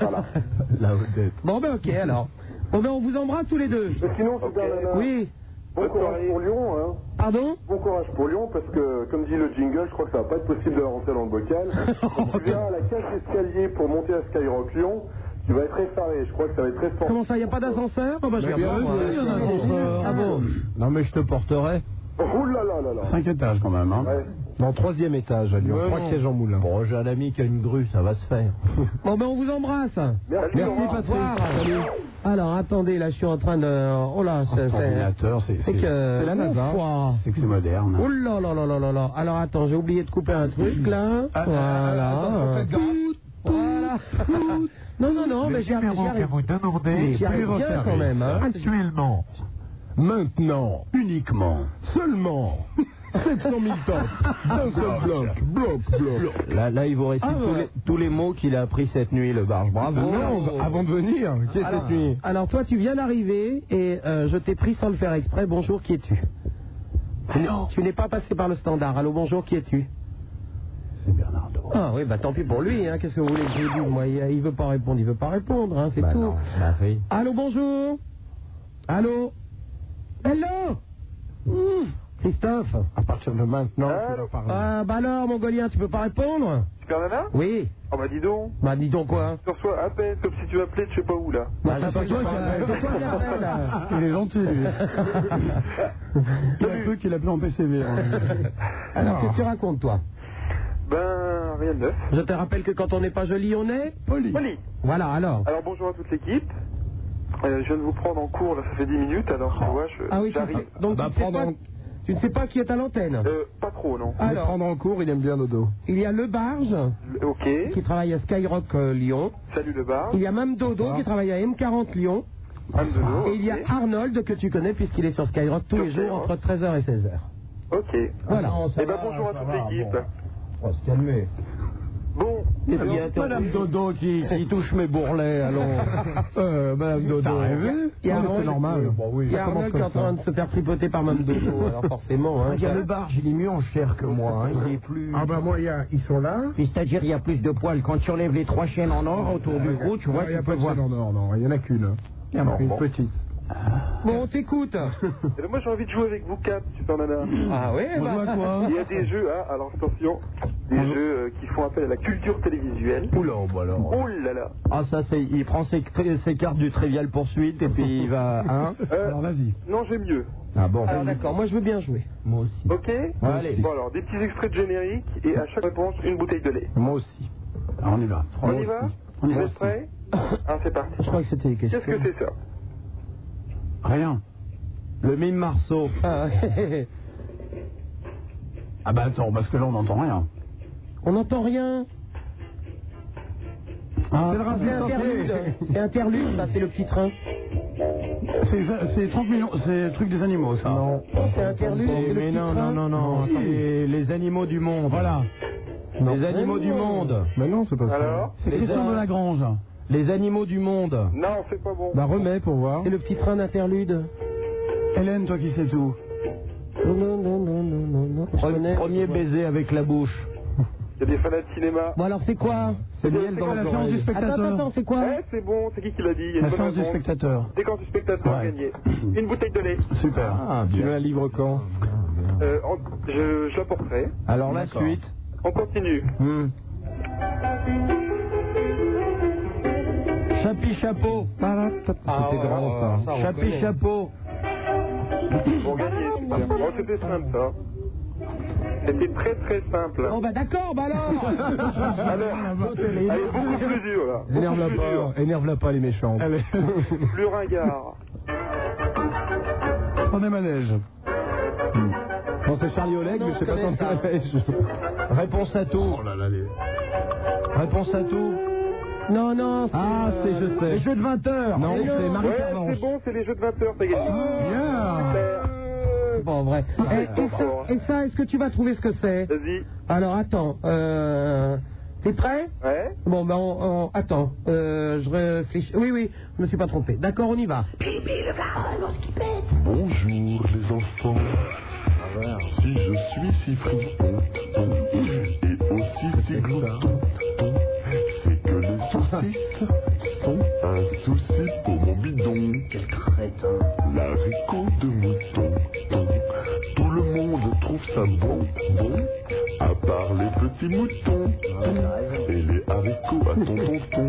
S6: Voilà.
S12: La Odette.
S5: Bon ben ok alors. Bon ben on vous embrasse tous les deux.
S6: Mais sinon, Super Nana,
S5: Oui.
S6: bon courage pour Lyon, hein.
S5: Pardon
S6: Bon courage pour Lyon, parce que, comme dit le jingle, je crois que ça va pas être possible de la rentrer dans le bocal. Quand tu viens à la cage d'escalier pour monter à Skyrock Lyon, tu vas être effaré. Je crois que ça va être très fort.
S5: Comment ça, il n'y a pas d'ascenseur oh, bah, je vais
S8: bien
S5: voir,
S8: sûr,
S5: moi.
S8: il y a un
S12: ascenseur.
S5: Ah bon
S11: Non, mais je te porterai.
S6: Ouh là là là là.
S12: Cinq étages quand même, hein.
S6: Ouais.
S8: Dans troisième étage à Lyon.
S11: Ouais,
S8: Trois
S11: non.
S8: quai Jean Moulin.
S11: Bon, j'ai un ami qui a une grue, ça va se faire.
S5: Bon ben on vous embrasse.
S6: Merci,
S8: Merci,
S6: Laurent.
S8: Patrick.
S5: Au revoir. Alors attendez, là je suis en train de... Oh là, c'est... c'est-
S12: Ordinateur, c'est
S5: C'est
S12: c'est-
S5: que...
S8: c'est la
S11: hein.
S8: NASA.
S5: Ouf,
S12: c'est que c'est moderne.
S5: ouah. Oh là là là là là là. Alors attends, j'ai oublié de couper un truc là. Voilà. Voilà. Non, non, non, mais j'y arrive. j'y arrive. Mais
S12: demandez
S5: j'y arrive bien quand même. hein.
S12: Actuellement, maintenant, uniquement, seulement, 700 000 temps, d'un seul bloc, bloc, bloc.
S11: Là, là, il vous récite
S5: Ah,
S11: tous,
S5: voilà.
S11: les, tous les mots qu'il a appris cette nuit, le barge. Bravo.
S8: Non, avant de venir, qu'est-ce que
S5: Alors,
S8: cette nuit
S5: alors, toi, tu viens d'arriver et euh, je t'ai pris sans le faire exprès. Bonjour, qui es-tu Tu n'es pas passé par le standard. Allô, bonjour, qui es-tu
S12: C'est Bernardo.
S5: Ah oui, bah tant pis pour lui. Hein. Qu'est-ce que vous voulez que je vous dise Moi, il, il veut pas répondre, il veut pas répondre, hein, c'est
S11: Bah
S5: tout.
S11: non, bah oui.
S5: Allô, bonjour. Allô. Hello. Mmh. Christophe.
S8: À partir de maintenant, tu vas parler.
S5: Ah bah alors, Mongolien, tu peux pas répondre
S6: Super Nana
S5: Oui.
S6: Oh bah dis donc,
S5: Bah dis donc quoi.
S6: tu reçois à peine, comme si tu appelais de je sais pas où là.
S5: Bah, c'est toi qui c'est toi qui appelles, là.
S12: Il est gentil, lui. Il y a peu qu'il a plus en PCV.
S5: Alors, qu'est-ce que tu racontes, toi
S6: Ben, rien de neuf.
S5: Je te rappelle que quand on n'est pas joli, on est.
S12: Poli.
S6: Poli,
S5: Voilà, alors.
S6: alors bonjour à toute l'équipe. Euh, je viens de vous prendre en cours, là ça fait 10 minutes, alors tu vois, je-
S5: Ah oui, tu
S6: j'arrive.
S5: sais- donc
S8: Bah,
S5: tu, ne sais
S8: prends
S5: pas,
S8: donc.
S5: tu ne sais pas qui est à l'antenne.
S6: Euh, pas trop, non.
S8: Mais
S5: Alors,
S8: prendre en cours, il aime bien Dodo.
S5: il y a Le Barge
S6: Ok,
S5: qui travaille à Skyrock euh, Lyon.
S6: salut le bar.
S5: Il y a Mam Dodo qui travaille à M40 Lyon.
S6: Anne de Nour,
S5: Et il y a
S6: ok.
S5: Arnold que tu connais puisqu'il est sur Skyrock tous
S6: Sur
S5: les jours
S6: Skyrock.
S5: entre 13h et 16h.
S6: Ok. ben,
S5: Voilà.
S6: Eh ben bonjour à toute l'équipe.
S8: On va se calmer.
S6: Bon,
S5: Qu'est-ce qu'il y a, toi
S8: Madame Dodo qui, qui touche mes bourrelets, alors. Euh, Madame Dodo.
S5: T'as rêvé
S8: Il y a
S5: Non, mais
S8: Arnold-
S5: c'est normal.
S8: Bon, oui,
S5: Il y a
S8: ça commence
S5: Arnold qui est en
S8: comme ça.
S5: train de se faire tripoter par Mme Dodo, alors forcément. Hein,
S8: Il y a
S5: ça-
S8: le barge, il est mieux en chair que moi. hein, Il est plus. Ah ben moi, ils sont là. c'est-à-dire, il y a plus de poils. Quand tu enlèves les trois chaînes en or autour du cou, tu vois,
S3: il n'y a
S8: tu
S3: pas
S8: peux
S3: de
S8: voir.
S3: chaîne en or, non, il n'y en a qu'une.
S8: Il y en a
S3: une
S8: bon. Ah.
S3: petite.
S5: Bon, on t'écoute.
S6: euh, moi j'ai envie de jouer avec vous quatre, super nana.
S5: Ah ouais, On bah. joue à quoi
S6: Il y a des jeux, ah, alors attention, des jeux euh, qui font appel à la culture télévisuelle.
S8: Oula, bah alors.
S6: Oh là là
S8: Ah ça, c'est, il prend ses, ses cartes du trivial poursuite et puis il va. Hein
S6: Alors,
S8: vas-y.
S6: Euh, Non, j'ai mieux.
S8: Ah bon.
S5: Alors d'accord, moi je veux bien jouer.
S8: Moi aussi.
S6: Ok
S8: Ouais, allez.
S6: Bon alors, des petits extraits de générique et à chaque réponse, une bouteille de lait.
S3: Moi aussi. Alors, on y va.
S6: On y va
S3: On y
S6: Vous
S3: va
S6: êtes prêts Ah, c'est parti.
S8: Je crois que c'était les questions.
S6: Qu'est-ce que c'est ça
S3: Rien.
S8: Le mime Marceau.
S5: Ah,
S3: Ah bah attends, parce que là, on n'entend rien.
S5: on n'entend rien.
S3: Ah,
S5: C'est interlude. C'est interlude, bah, c'est le petit train.
S3: C'est c'est 30 millions, c'est le truc des animaux, ça. Non.
S5: C'est interlude, c'est le
S8: mais
S5: petit
S8: non,
S5: train.
S8: non, non, non,
S3: Si.
S8: c'est les, les animaux du monde. Voilà. Les animaux du monde.
S3: Mais non, c'est pas ça.
S6: Alors
S3: C'est
S8: Les
S3: Christian
S8: uns-
S3: de Lagrange.
S8: Les animaux du monde.
S6: Non, c'est pas bon.
S3: Bah remets pour voir.
S5: C'est le petit train d'interlude.
S3: Hélène, toi qui sais tout.
S5: Non, non, non, non, non, non, non. Je connais,
S8: Premier
S5: c'est quoi
S8: baiser avec la bouche.
S6: Il y a des fans de cinéma.
S5: Bon alors c'est quoi
S8: C'est miel dans
S3: quoi la
S8: le
S3: séance du
S8: oreille.
S3: spectateur
S5: Attends, attends, c'est quoi
S6: Ouais, Eh, c'est bon, c'est qui qui l'a dit Il y a
S3: Bah. La
S6: une bonne
S3: séance du
S6: réponse.
S3: spectateur.
S6: Décor du spectateur
S3: Ouais.
S6: gagné. Une bouteille de lait.
S3: Super.
S8: Ah, tu veux un livre quand
S6: Euh, en- je, je l'apporterai.
S8: Alors la suite.
S6: On continue.
S8: Chapi chapeau.
S5: C'était drôle, ça. on
S8: Chapi
S5: connaît.
S8: chapeau.
S6: Bon, gagné, super. Bon, c'était simple, ça. C'était très très simple.
S5: Oh bah d'accord, bah alors
S6: Alors, allez, beaucoup plus dur, là. Beaucoup
S3: Énerve-la
S6: plus dur.
S3: pas, énerve-la pas les méchants. Allez.
S6: Plus ringard.
S3: On est manège. Non, c'est Charlie Oleg,
S5: Non,
S3: mais je sais
S5: je
S3: pas
S5: connais
S3: quand
S5: ça.
S3: manège.
S8: Réponse à tout.
S3: Oh là là, les...
S8: Réponse à tout.
S5: Non, non, c'est... euh,
S3: Ah, c'est je sais.
S8: Les jeux de 20 heures.
S3: Non,
S5: Mais non.
S3: c'est Marie
S6: Ouais,
S3: Carvanche.
S6: c'est bon, c'est les jeux de 20 heures, t'as gagné.
S8: Ah,
S3: Bien.
S6: Super.
S5: Bon, vrai.
S6: Ouais,
S5: Eh, et,
S6: d'accord.
S5: ça, et ça, est-ce que tu vas trouver ce que c'est
S6: Vas-y.
S5: Alors attends, euh... T'es prêt
S6: Ouais.
S5: Bon, ben, on, on- attends, euh, je réfléchis. Oui, oui, je me suis pas trompé. D'accord, on y va.
S1: Bonjour les enfants. Ah ben, Si je suis si fripon et aussi si glotton, c'est que les saucisses sont un souci pour mon bidon. Quel crétin. L'haricot de mouton. ton. Tout le monde trouve ça bon, bon, à part les petits moutons ton, et les haricots à ton tonton.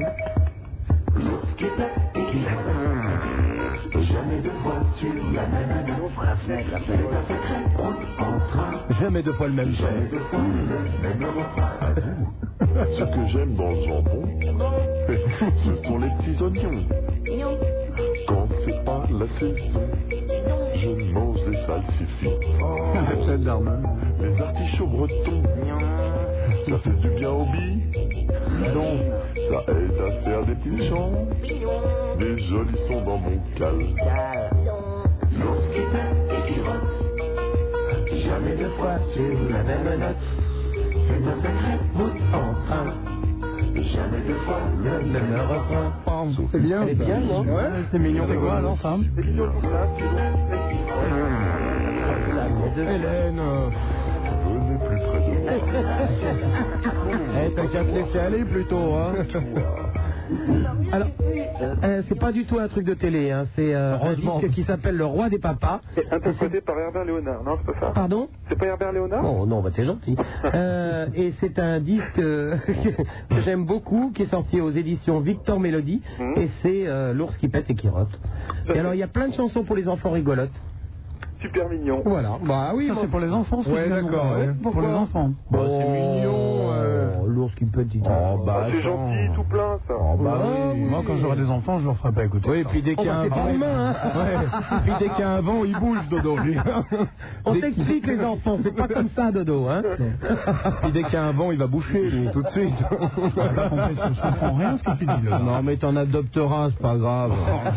S1: Lorsqu'il a et qu'il a jamais de fois sur la même annonce, la fenêtre, la fenêtre, la fenêtre, route en train.
S8: Jamais deux fois le même
S1: Jamais de fois le même repas à vous. Ce que j'aime dans le jambon, ce sont les petits oignons. Quand c'est pas la saison, je mange des salsifis.
S3: Celle d'Armand.
S1: Les artichauts bretons, ça fait du bien au billes. Donc, ça aide à faire des petites chants. Des jolis sons dans mon cal. Lorsqu'il pleut et qu'il rote, jamais deux fois sur la même note. C'est bien sacré bout en train. Jamais deux fois le même refrain.
S3: C'est bien.
S5: Elle est
S3: ça.
S5: bien, non Euh,
S3: Ouais, C'est mignon. C'est quoi alors ça hein
S6: C'est mignon le cousin, c'est bon.
S3: Hélène. euh,
S1: Venez plus près de moi.
S3: Ah,
S8: Eh, t'as qu'à te laisser aller plutôt, hein.
S5: Alors, euh, c'est pas du tout un truc de télé, hein. c'est euh, un
S8: Heureusement.
S5: disque qui s'appelle Le Roi des Papas.
S6: C'est interprété par Herbert Léonard, non, c'est pas ça.
S5: Pardon
S6: C'est pas Herbert Léonard
S5: Oh non, bah t'es gentil. Euh, et c'est un disque euh, que j'aime beaucoup, qui est sorti aux éditions Victor Mélodie,
S6: Mhm.
S5: et c'est euh, L'ours qui pète et qui rote. Et alors, il y a plein de chansons pour les enfants rigolotes.
S6: Super mignon.
S5: Voilà, bah oui,
S3: Ça,
S5: bon.
S3: c'est pour les enfants, ce que
S8: Ouais,
S3: nous
S8: d'accord,
S3: avons.
S8: ouais.
S3: hein. Pour les
S5: Pourquoi
S3: enfants.
S8: Bon, c'est mignon. euh.
S5: L'ours qui pète, il
S8: Oh, bah,
S6: Ah, c'est gentil, tout plein, ça.
S8: Oh, bah
S5: Ah,
S8: oui.
S3: Moi, quand j'aurai des enfants, je leur ferai pas hein. écouter.
S8: Oui, et
S3: ça.
S8: puis dès qu'il y a
S5: bah,
S8: un
S5: t'es pas
S8: vent.
S5: humain,
S8: Ouais. Puis dès qu'il y a un vent, il bouge, Dodo, lui.
S5: On
S8: Dès
S5: t'explique les enfants, c'est pas comme ça, Dodo. Hein
S8: Puis dès qu'il y a un vent, il va boucher, lui, tout de suite.
S3: Je comprends rien à ce que tu dis là.
S8: Non, mais t'en adopteras, c'est pas grave.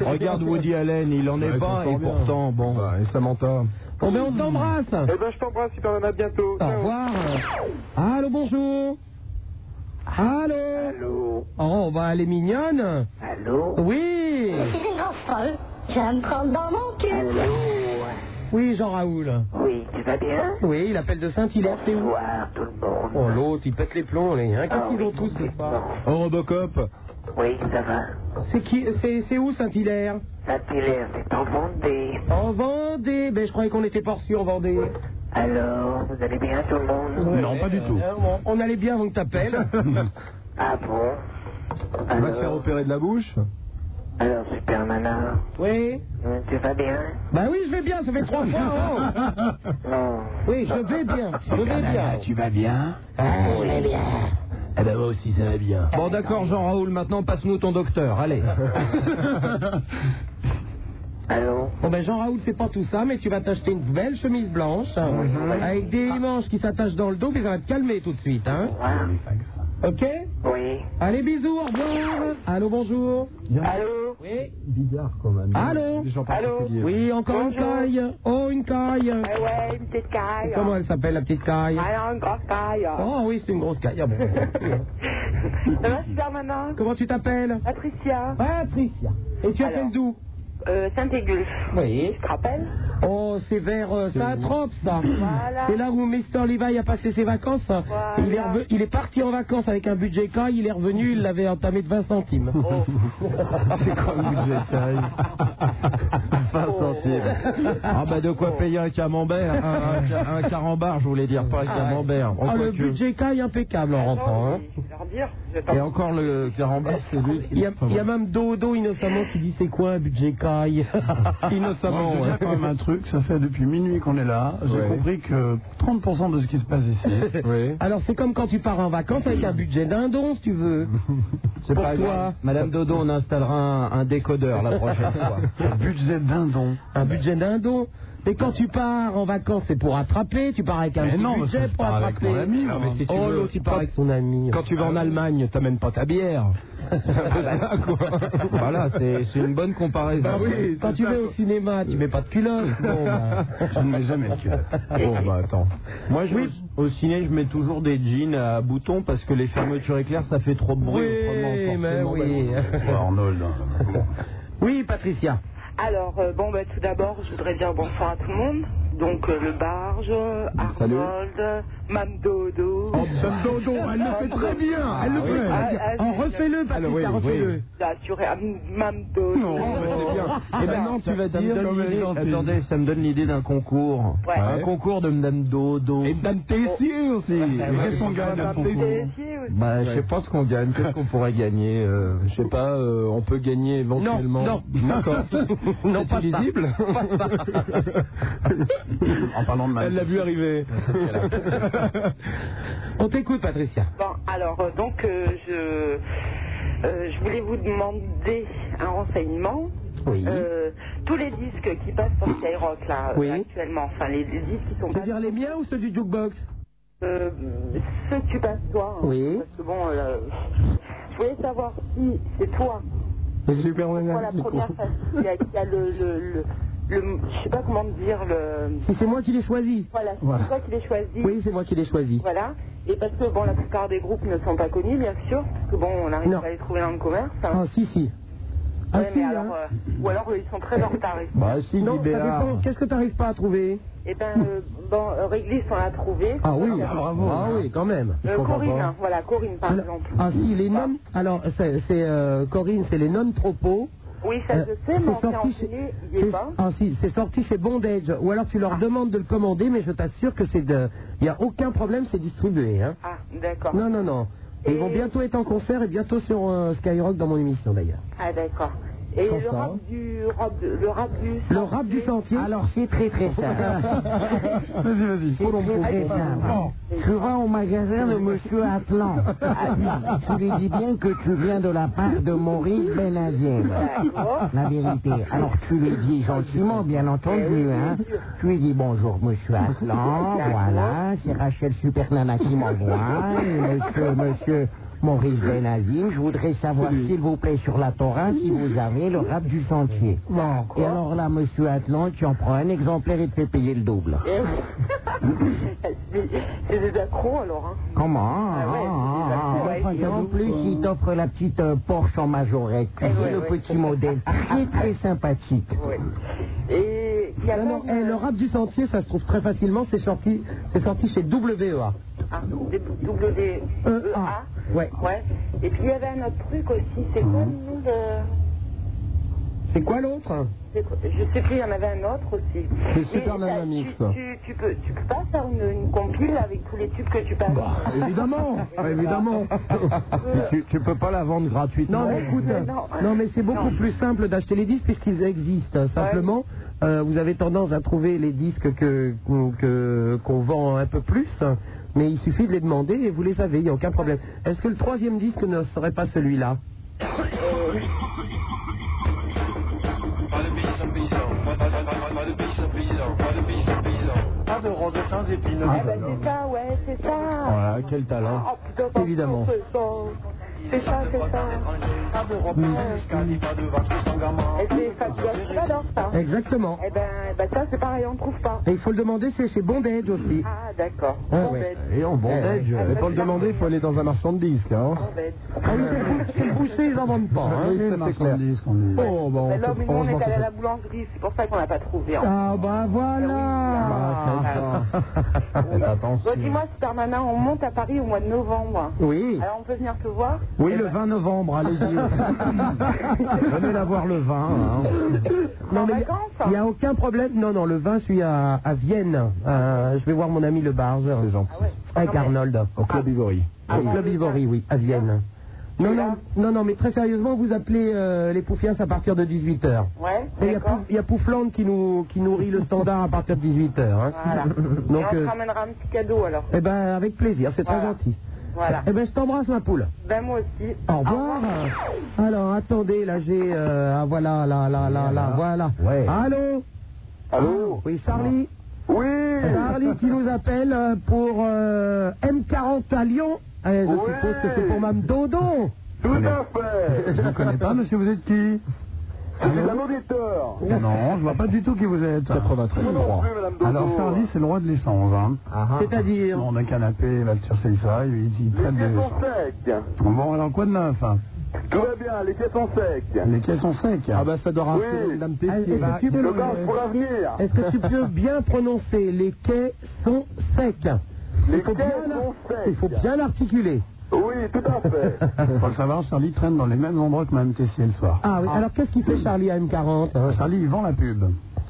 S8: Regarde Woody Allen, il en est
S3: Ouais,
S8: pas,
S3: c'est
S8: et
S3: fort bien.
S8: pourtant, bon.
S3: Bah, et Samantha.
S5: Bon, ben on t'embrasse.
S6: Eh ben, je t'embrasse, Super Nana, à bientôt.
S5: Au
S6: Ciao.
S5: revoir. Allô, bonjour. Allô. Oh, bah elle est mignonne.
S2: Allô
S5: Oui.
S2: C'est une grosse folle. J'aime prendre dans mon cul.
S5: Oui, Jean-Raoul.
S2: Oui, tu vas bien
S5: Oui, il appelle de Saint-Hilaire, c'est où
S2: tout le monde.
S5: Oh, l'autre, il pète les plombs, les. Hein. Qu'est-ce
S2: Ah
S5: qu'ils
S2: oui,
S5: ont tous, ce soir
S8: Oh, Robocop.
S2: Oui, ça va.
S5: C'est qui C'est c'est où Saint-Hilaire
S2: Saint-Hilaire, c'est en Vendée.
S5: En Vendée. Ben, je croyais qu'on était poursuis en Vendée.
S2: Alors, vous allez bien tout le monde
S8: Non, pas du tout.
S5: Euh, on- on allait bien avant que t'appelles.
S2: Ah bon
S8: Tu vas te faire opérer de la bouche
S2: Alors, super nana,
S5: oui.
S2: euh, tu vas bien
S5: Ben oui, je vais bien. Ça fait trois fois. oh.
S2: Non.
S5: Oui, je vais bien. Je vais bien.
S12: tu vas bien
S2: Ah, je vais bien.
S12: Eh ben moi aussi, ça va bien.
S11: Bon, d'accord, Jean-Raoul, maintenant passe-nous ton docteur, allez.
S2: Allô
S5: Bon ben Jean-Raoul, c'est pas tout ça, mais tu vas t'acheter une belle chemise blanche hein,
S8: Mhm.
S5: avec des manches qui s'attachent dans le dos, puis ça va te calmer tout de suite, hein
S2: Quoi
S5: Ok
S2: Ah, Oui.
S5: Allez, bisous, au revoir. Allô, bonjour.
S2: Allô
S5: Oui.
S8: Bizarre quand même.
S5: Allô
S8: Des gens
S9: Allô
S8: particuliers.
S5: Oui, encore une
S9: Bonjour.
S5: caille. Oh, une caille.
S9: Eh ouais, une petite caille.
S5: Comment elle s'appelle la petite caille
S9: Ah non, une grosse caille.
S5: Oh oui, c'est une grosse caille. Ah, bon.
S9: Ça va, super maman
S5: Comment tu t'appelles
S9: Patricia,
S5: Patricia. Et tu
S9: Alors.
S5: appelles d'où
S9: euh, Saint-Égulphe.
S5: Oui.
S9: Tu te rappelles
S5: Oh, c'est vers euh, Saint-Trope, ça.
S9: Voilà.
S5: C'est là où Mr. Levi a passé ses vacances. Il, est reve- il est parti en vacances avec un budget caille, il est revenu, il l'avait entamé de 20 centimes.
S12: Ah, C'est quoi le budget taille 20 centimes.
S9: Oh.
S12: Ah bah de quoi payer un camembert un, un ca- un carambar, je voulais dire, pas un camembert. En
S5: Ah,
S12: quoi
S5: le
S12: tu-
S5: budget caille impeccable en rentrant. hein.
S9: Je vais leur dire. Je vais pas-
S12: Et encore le carambar, c'est lui qui...
S5: Il y, a,
S12: Enfin,
S5: il y a
S12: bon.
S5: même Dodo innocemment qui dit c'est quoi un budget caille
S8: Moi,
S5: Innocemment,
S8: je veux
S5: ouais.
S8: dire quand même un truc, ça fait depuis minuit qu'on est là, j'ai
S12: Ouais.
S8: compris que 30% de ce qui se passe ici,
S12: Oui.
S5: Alors c'est comme quand tu pars en vacances avec un budget d'un don si tu veux.
S11: C'est
S5: pour
S11: pas
S5: toi.
S11: grave. Madame Dodo, on installera un, un décodeur la prochaine fois.
S8: budget d'un don.
S5: Un budget d'un don. Mais quand tu pars en vacances, c'est pour attraper. Tu pars avec un
S8: Mais
S5: petit
S8: non, parce que
S5: budget
S8: je
S5: pour
S8: pars avec
S5: attraper.
S8: mon ami,
S11: Ah,
S8: moi.
S5: mais si tu oh,
S11: veux,
S5: l'autre, il part
S11: quand-
S5: avec son ami. Euh,
S11: Quand tu vas en Allemagne, t'amènes pas ta bière.
S5: Ah, ben.
S11: voilà, c'est c'est une bonne comparaison.
S8: Ah, ben. Bah oui.
S5: Quand
S8: c'est
S5: tu
S8: ça,
S5: vas au
S8: quoi.
S5: cinéma, tu mets pas de culotte. Bon, bah.
S8: Je ne mets jamais le culotte.
S11: Bon, bah attends.
S12: Moi, je, au ciné, je mets toujours des jeans à boutons parce que les fermetures éclairs, ça fait trop de bruit. bah,
S5: Oui, mais oui.
S8: Oh, Arnold. hein. Bon.
S5: Oui, Patricia.
S9: Alors, euh, bon, bah, tout d'abord, je voudrais dire bonsoir à tout le monde. Donc, euh, le Barge,
S12: Salut.
S9: Arnold, Mme Dodo.
S8: Madame Dodo, Oh, elle le fait très bien. Elle le fait
S9: oui.
S8: très bien.
S9: Ah, ah,
S5: Oh,
S9: c'est-
S5: refais-le, Patricia,
S12: Alors, oui, oui.
S5: refais-le.
S9: Là, sur Mme Dodo.
S11: Et
S8: maintenant, tu vas
S11: Ah, ça
S8: dire
S11: me donne
S8: comme elle est
S11: l'idée-
S8: gentille.
S11: Attendez, ça me donne l'idée d'un concours.
S9: Ouais. Oh.
S11: Un concours de Madame Dodo.
S8: Madame Tessier aussi. Mais Qu'est-ce qu'on gagne à
S9: C'est
S8: propos
S9: ici aussi.
S11: Bah, je sais pas ce qu'on gagne. Qu'est-ce qu'on pourrait gagner euh, Je sais pas. euh, on peut gagner
S5: Non,
S11: éventuellement.
S5: non,
S11: D'accord.
S5: non,
S11: C'est
S5: pas ça.
S11: illisible.
S8: En parlant de ma...
S11: Elle l'a vu arriver.
S5: On t'écoute, Patricia.
S9: Bon, alors, euh, donc, euh, je, euh, je voulais vous demander un renseignement.
S5: Oui.
S9: Euh, tous les disques qui passent sur Skyrock, là, euh,
S5: Oui.
S9: actuellement, enfin, les, les disques qui sont
S5: Tu veux dire les miens ou ceux du jukebox
S9: Euh, ceux que tu passes, toi. hein,
S5: Oui.
S9: Parce que bon, euh, je voulais savoir si c'est toi,
S5: Super
S9: toi la première personne qui a, qui a le, le, le, le- Je sais pas comment dire, le.
S5: Si c'est moi qui l'ai choisi.
S9: Voilà, c'est
S8: Voilà.
S9: toi qui l'ai choisi.
S5: Oui, c'est moi qui l'ai choisi.
S9: Voilà. Et parce que bon, la plupart des groupes ne sont pas connus, bien sûr. Parce que bon, on n'arrive
S5: Non.
S9: pas à les trouver dans le commerce.
S5: Ah,
S9: hein.
S5: si, si. Ah,
S9: Ouais,
S5: si,
S9: mais alors,
S5: hein.
S9: euh, ou alors euh, ils sont très en retard. ici.
S11: Bah, si,
S5: Non, ça
S11: Libéa.
S5: dépend. Qu'est-ce que t'arrives pas à trouver
S9: Et ben, euh, bon, euh, Réglisse, on l'a trouvé.
S5: Ah oui,
S8: Ah, bravo.
S5: Ah oui, quand même.
S9: Euh, Corinne, hein, voilà, Corinne par
S5: Alors-
S9: exemple.
S5: ah si, les non... Alors, c'est c'est, euh, Corinne, c'est les non-tropos.
S9: Oui, ça
S5: Euh,
S9: je sais, mais on s'est enchaîné, il y est
S5: c'est-
S9: pas. Ah.
S5: ah, si, c'est sorti chez Bondage. Ou alors tu leur demandes de le commander, mais je t'assure que c'est de... Il n'y a aucun problème, c'est distribué. Hein.
S9: Ah, d'accord.
S5: Non, non, non.
S9: Et-
S5: Ils vont bientôt être en concert et bientôt sur euh, Skyrock dans mon émission d'ailleurs.
S9: Ah d'accord. Et
S5: Comme
S9: le
S5: ça. hein.
S9: rap du rap de- le rap du
S5: Le rap du sentier. Alors c'est très très
S8: Vas-y, vas-y.
S5: C'est simple. Tu vas au magasin de Monsieur Atlan. tu lui dis bien que tu viens de la part de Maurice Benazir.
S9: D'accord.
S5: La vérité. Alors tu lui dis gentiment, bien entendu. Hein. Tu lui dis bonjour Monsieur Atlan. Voilà, c'est Rachel Supernana qui m'envoie. Et Monsieur, Monsieur.
S13: Maurice Benazim, je voudrais savoir, s'il vous plaît, sur la Torah, si vous avez le rap du sentier. Et alors là, monsieur Atlan, tu en prends un exemplaire et te fais payer le double.
S9: Eh C'est des accros alors. Hein.
S13: Comment
S9: Ah ouais,
S13: Ah, ah, ah. Et en plus, il t'offre la petite euh, Porsche en majorette.
S9: Eh
S13: C'est
S9: ouais,
S13: le
S9: ouais.
S13: petit modèle très très sympathique.
S9: Et il y a
S5: Non, non,
S9: pas
S5: eh, le rap du sentier, ça se trouve très facilement, c'est sorti, c'est sorti chez WEA.
S9: Ah, des W E A.
S5: Euh, ah. Ouais. Mmh.
S9: Ouais. Et puis il y avait un autre truc aussi. C'est quoi le nom de
S5: C'est quoi l'autre
S9: c'est quoi- Je sais plus. Il y en avait un autre aussi.
S8: C'est Super
S9: Mais,
S8: Nana
S9: euh,
S8: Mix.
S9: Tu, tu, tu peux, tu peux pas faire une, une compile avec tous les tubes que tu passes.
S5: Bah,
S9: Euh.
S8: Évidemment, évidemment.
S11: tu, tu peux pas la vendre gratuitement.
S5: Non, mais écoute,
S9: Mais non.
S5: non, mais c'est beaucoup plus simple d'acheter les disques puisqu'ils existent. Simplement, euh, vous avez tendance à trouver les disques que qu'on que- qu'on vend un peu plus, mais il suffit de les demander et vous les avez, il n'y a aucun problème. Est-ce que le troisième disque ne serait pas celui-là
S12: Pas de rose sans épines.
S9: Ah, bah, c'est ça, ouais, c'est ça.
S11: Voilà, quel talent.
S9: Ah, putain, pardon,
S11: Évidemment.
S9: C'est ça, c'est ça. c'est ça. Ah, bon, Et c'est Fabien J'adore ça.
S5: Exactement.
S9: Eh ben, eh ben, ça, c'est pareil, on trouve pas.
S5: Et il faut le demander, c'est chez Bondage aussi.
S9: Ah, d'accord.
S5: Ah,
S9: Bon,
S5: ouais.
S9: ben,
S8: Et en bondage.
S5: Eh, ouais.
S8: Mais pour
S9: Ah,
S8: le demander, il faut aller dans un marchand de disques. Hein.
S9: ben,
S5: Ah oui, c'est bou- c'est bouché, ils n'en vendent pas. hein.
S8: Oui, ça, c'est clair. Oh, bah,
S9: Mais
S8: on
S9: là,
S8: se-
S9: mais nous, on
S8: heureusement
S9: est allé
S8: qu'on
S9: à
S8: fait-
S9: la boulangerie, c'est pour ça qu'on n'a pas trouvé. hein.
S5: Ah bah
S8: Ah,
S9: voilà
S11: Attention.
S9: Bon, Dis-moi, Supermana, on monte à Paris au mois de novembre.
S11: Oui.
S9: Alors, on peut venir te voir
S11: Oui, le 20 novembre, allez-y. Venez la voir le 20.
S5: hein. Non, mais
S9: hein.
S5: il n'y a aucun problème. Non, non, le 20, je suis à, à Vienne. Euh, je vais voir mon ami le barge. Ah
S9: Ah
S5: Avec Arnold. Au Club Ivory. Au Club Ivory, oui, à Vienne. Non, non, non, non, mais très sérieusement, vous appelez euh, les Poufias à partir de 18h.
S9: Ouais.
S5: Il y a Pouf- il y a Pouflande qui, nous, qui nourrit le standard à partir de 18h.
S9: Voilà.
S5: Donc,
S9: Et on
S5: euh,
S9: te ramènera un petit cadeau alors.
S5: eh ben, avec plaisir, c'est très
S9: Voilà.
S5: gentil.
S9: Voilà.
S5: Eh ben, je t'embrasse, ma poule.
S9: Ben, moi aussi.
S5: Au revoir. Alors, attendez, là, j'ai. euh, ah, voilà, là, là, là, là, voilà. Allô Allô Oui, Charlie Oui Charlie qui nous appelle euh, pour euh, M40 à Lyon. Eh, je suppose que c'est pour Mme Dodo.
S6: Tout à fait
S8: Je ne connais pas, monsieur, vous êtes qui
S6: Je suis un auditeur
S8: Non, je vois pas du tout qui vous êtes. 93
S6: non plus, Madame Dodo.
S8: Alors Charlie, c'est le roi de l'échange. Hein.
S5: C'est-à-dire
S8: On a canapé, il va chercher ça, il, il
S6: Les
S8: traite
S6: pieds
S8: des...
S6: sont secs
S8: Bon, alors quoi de neuf hein
S6: Tout va bien, les pieds sont secs
S8: Les caisses sont secs. Ah bah ça doit
S6: rassurer Oui. Madame Tessier.
S8: Est-ce que
S5: Bah,
S8: tu peux-
S6: Le barge pour l'avenir
S5: Est-ce que tu peux bien prononcer les quais sont secs
S6: Les
S5: Il faut
S6: quais
S5: bien
S6: sont
S5: l'ar-
S6: secs.
S5: il faut bien l'articuler.
S6: Oui, tout à fait
S8: Ah, Faut le savoir, Charlie traîne dans les mêmes endroits que Mme Tessier le soir.
S5: Ah oui, alors qu'est-ce qu'il fait Charlie à M40 hein
S8: Charlie, Ah, il vend la pub.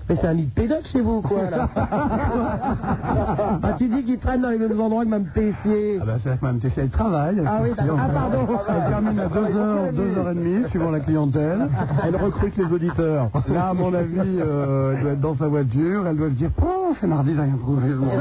S5: Mais c'est un nid de pédoc chez vous, quoi, là Ah, tu dis qu'il traîne dans les mêmes endroits que Mme Pessier.
S8: Ah bah c'est vrai que Mme Tessier, elle travaille.
S5: Ah oui, d'accord. Ah, pardon.
S8: Elle termine à
S6: Ah,
S8: 2h, 2h30, suivant la clientèle. Elle recrute les auditeurs. Là, à mon avis, euh, elle doit être dans sa voiture. Elle doit se dire, oh, c'est mardi, j'ai rien trouvé. moi.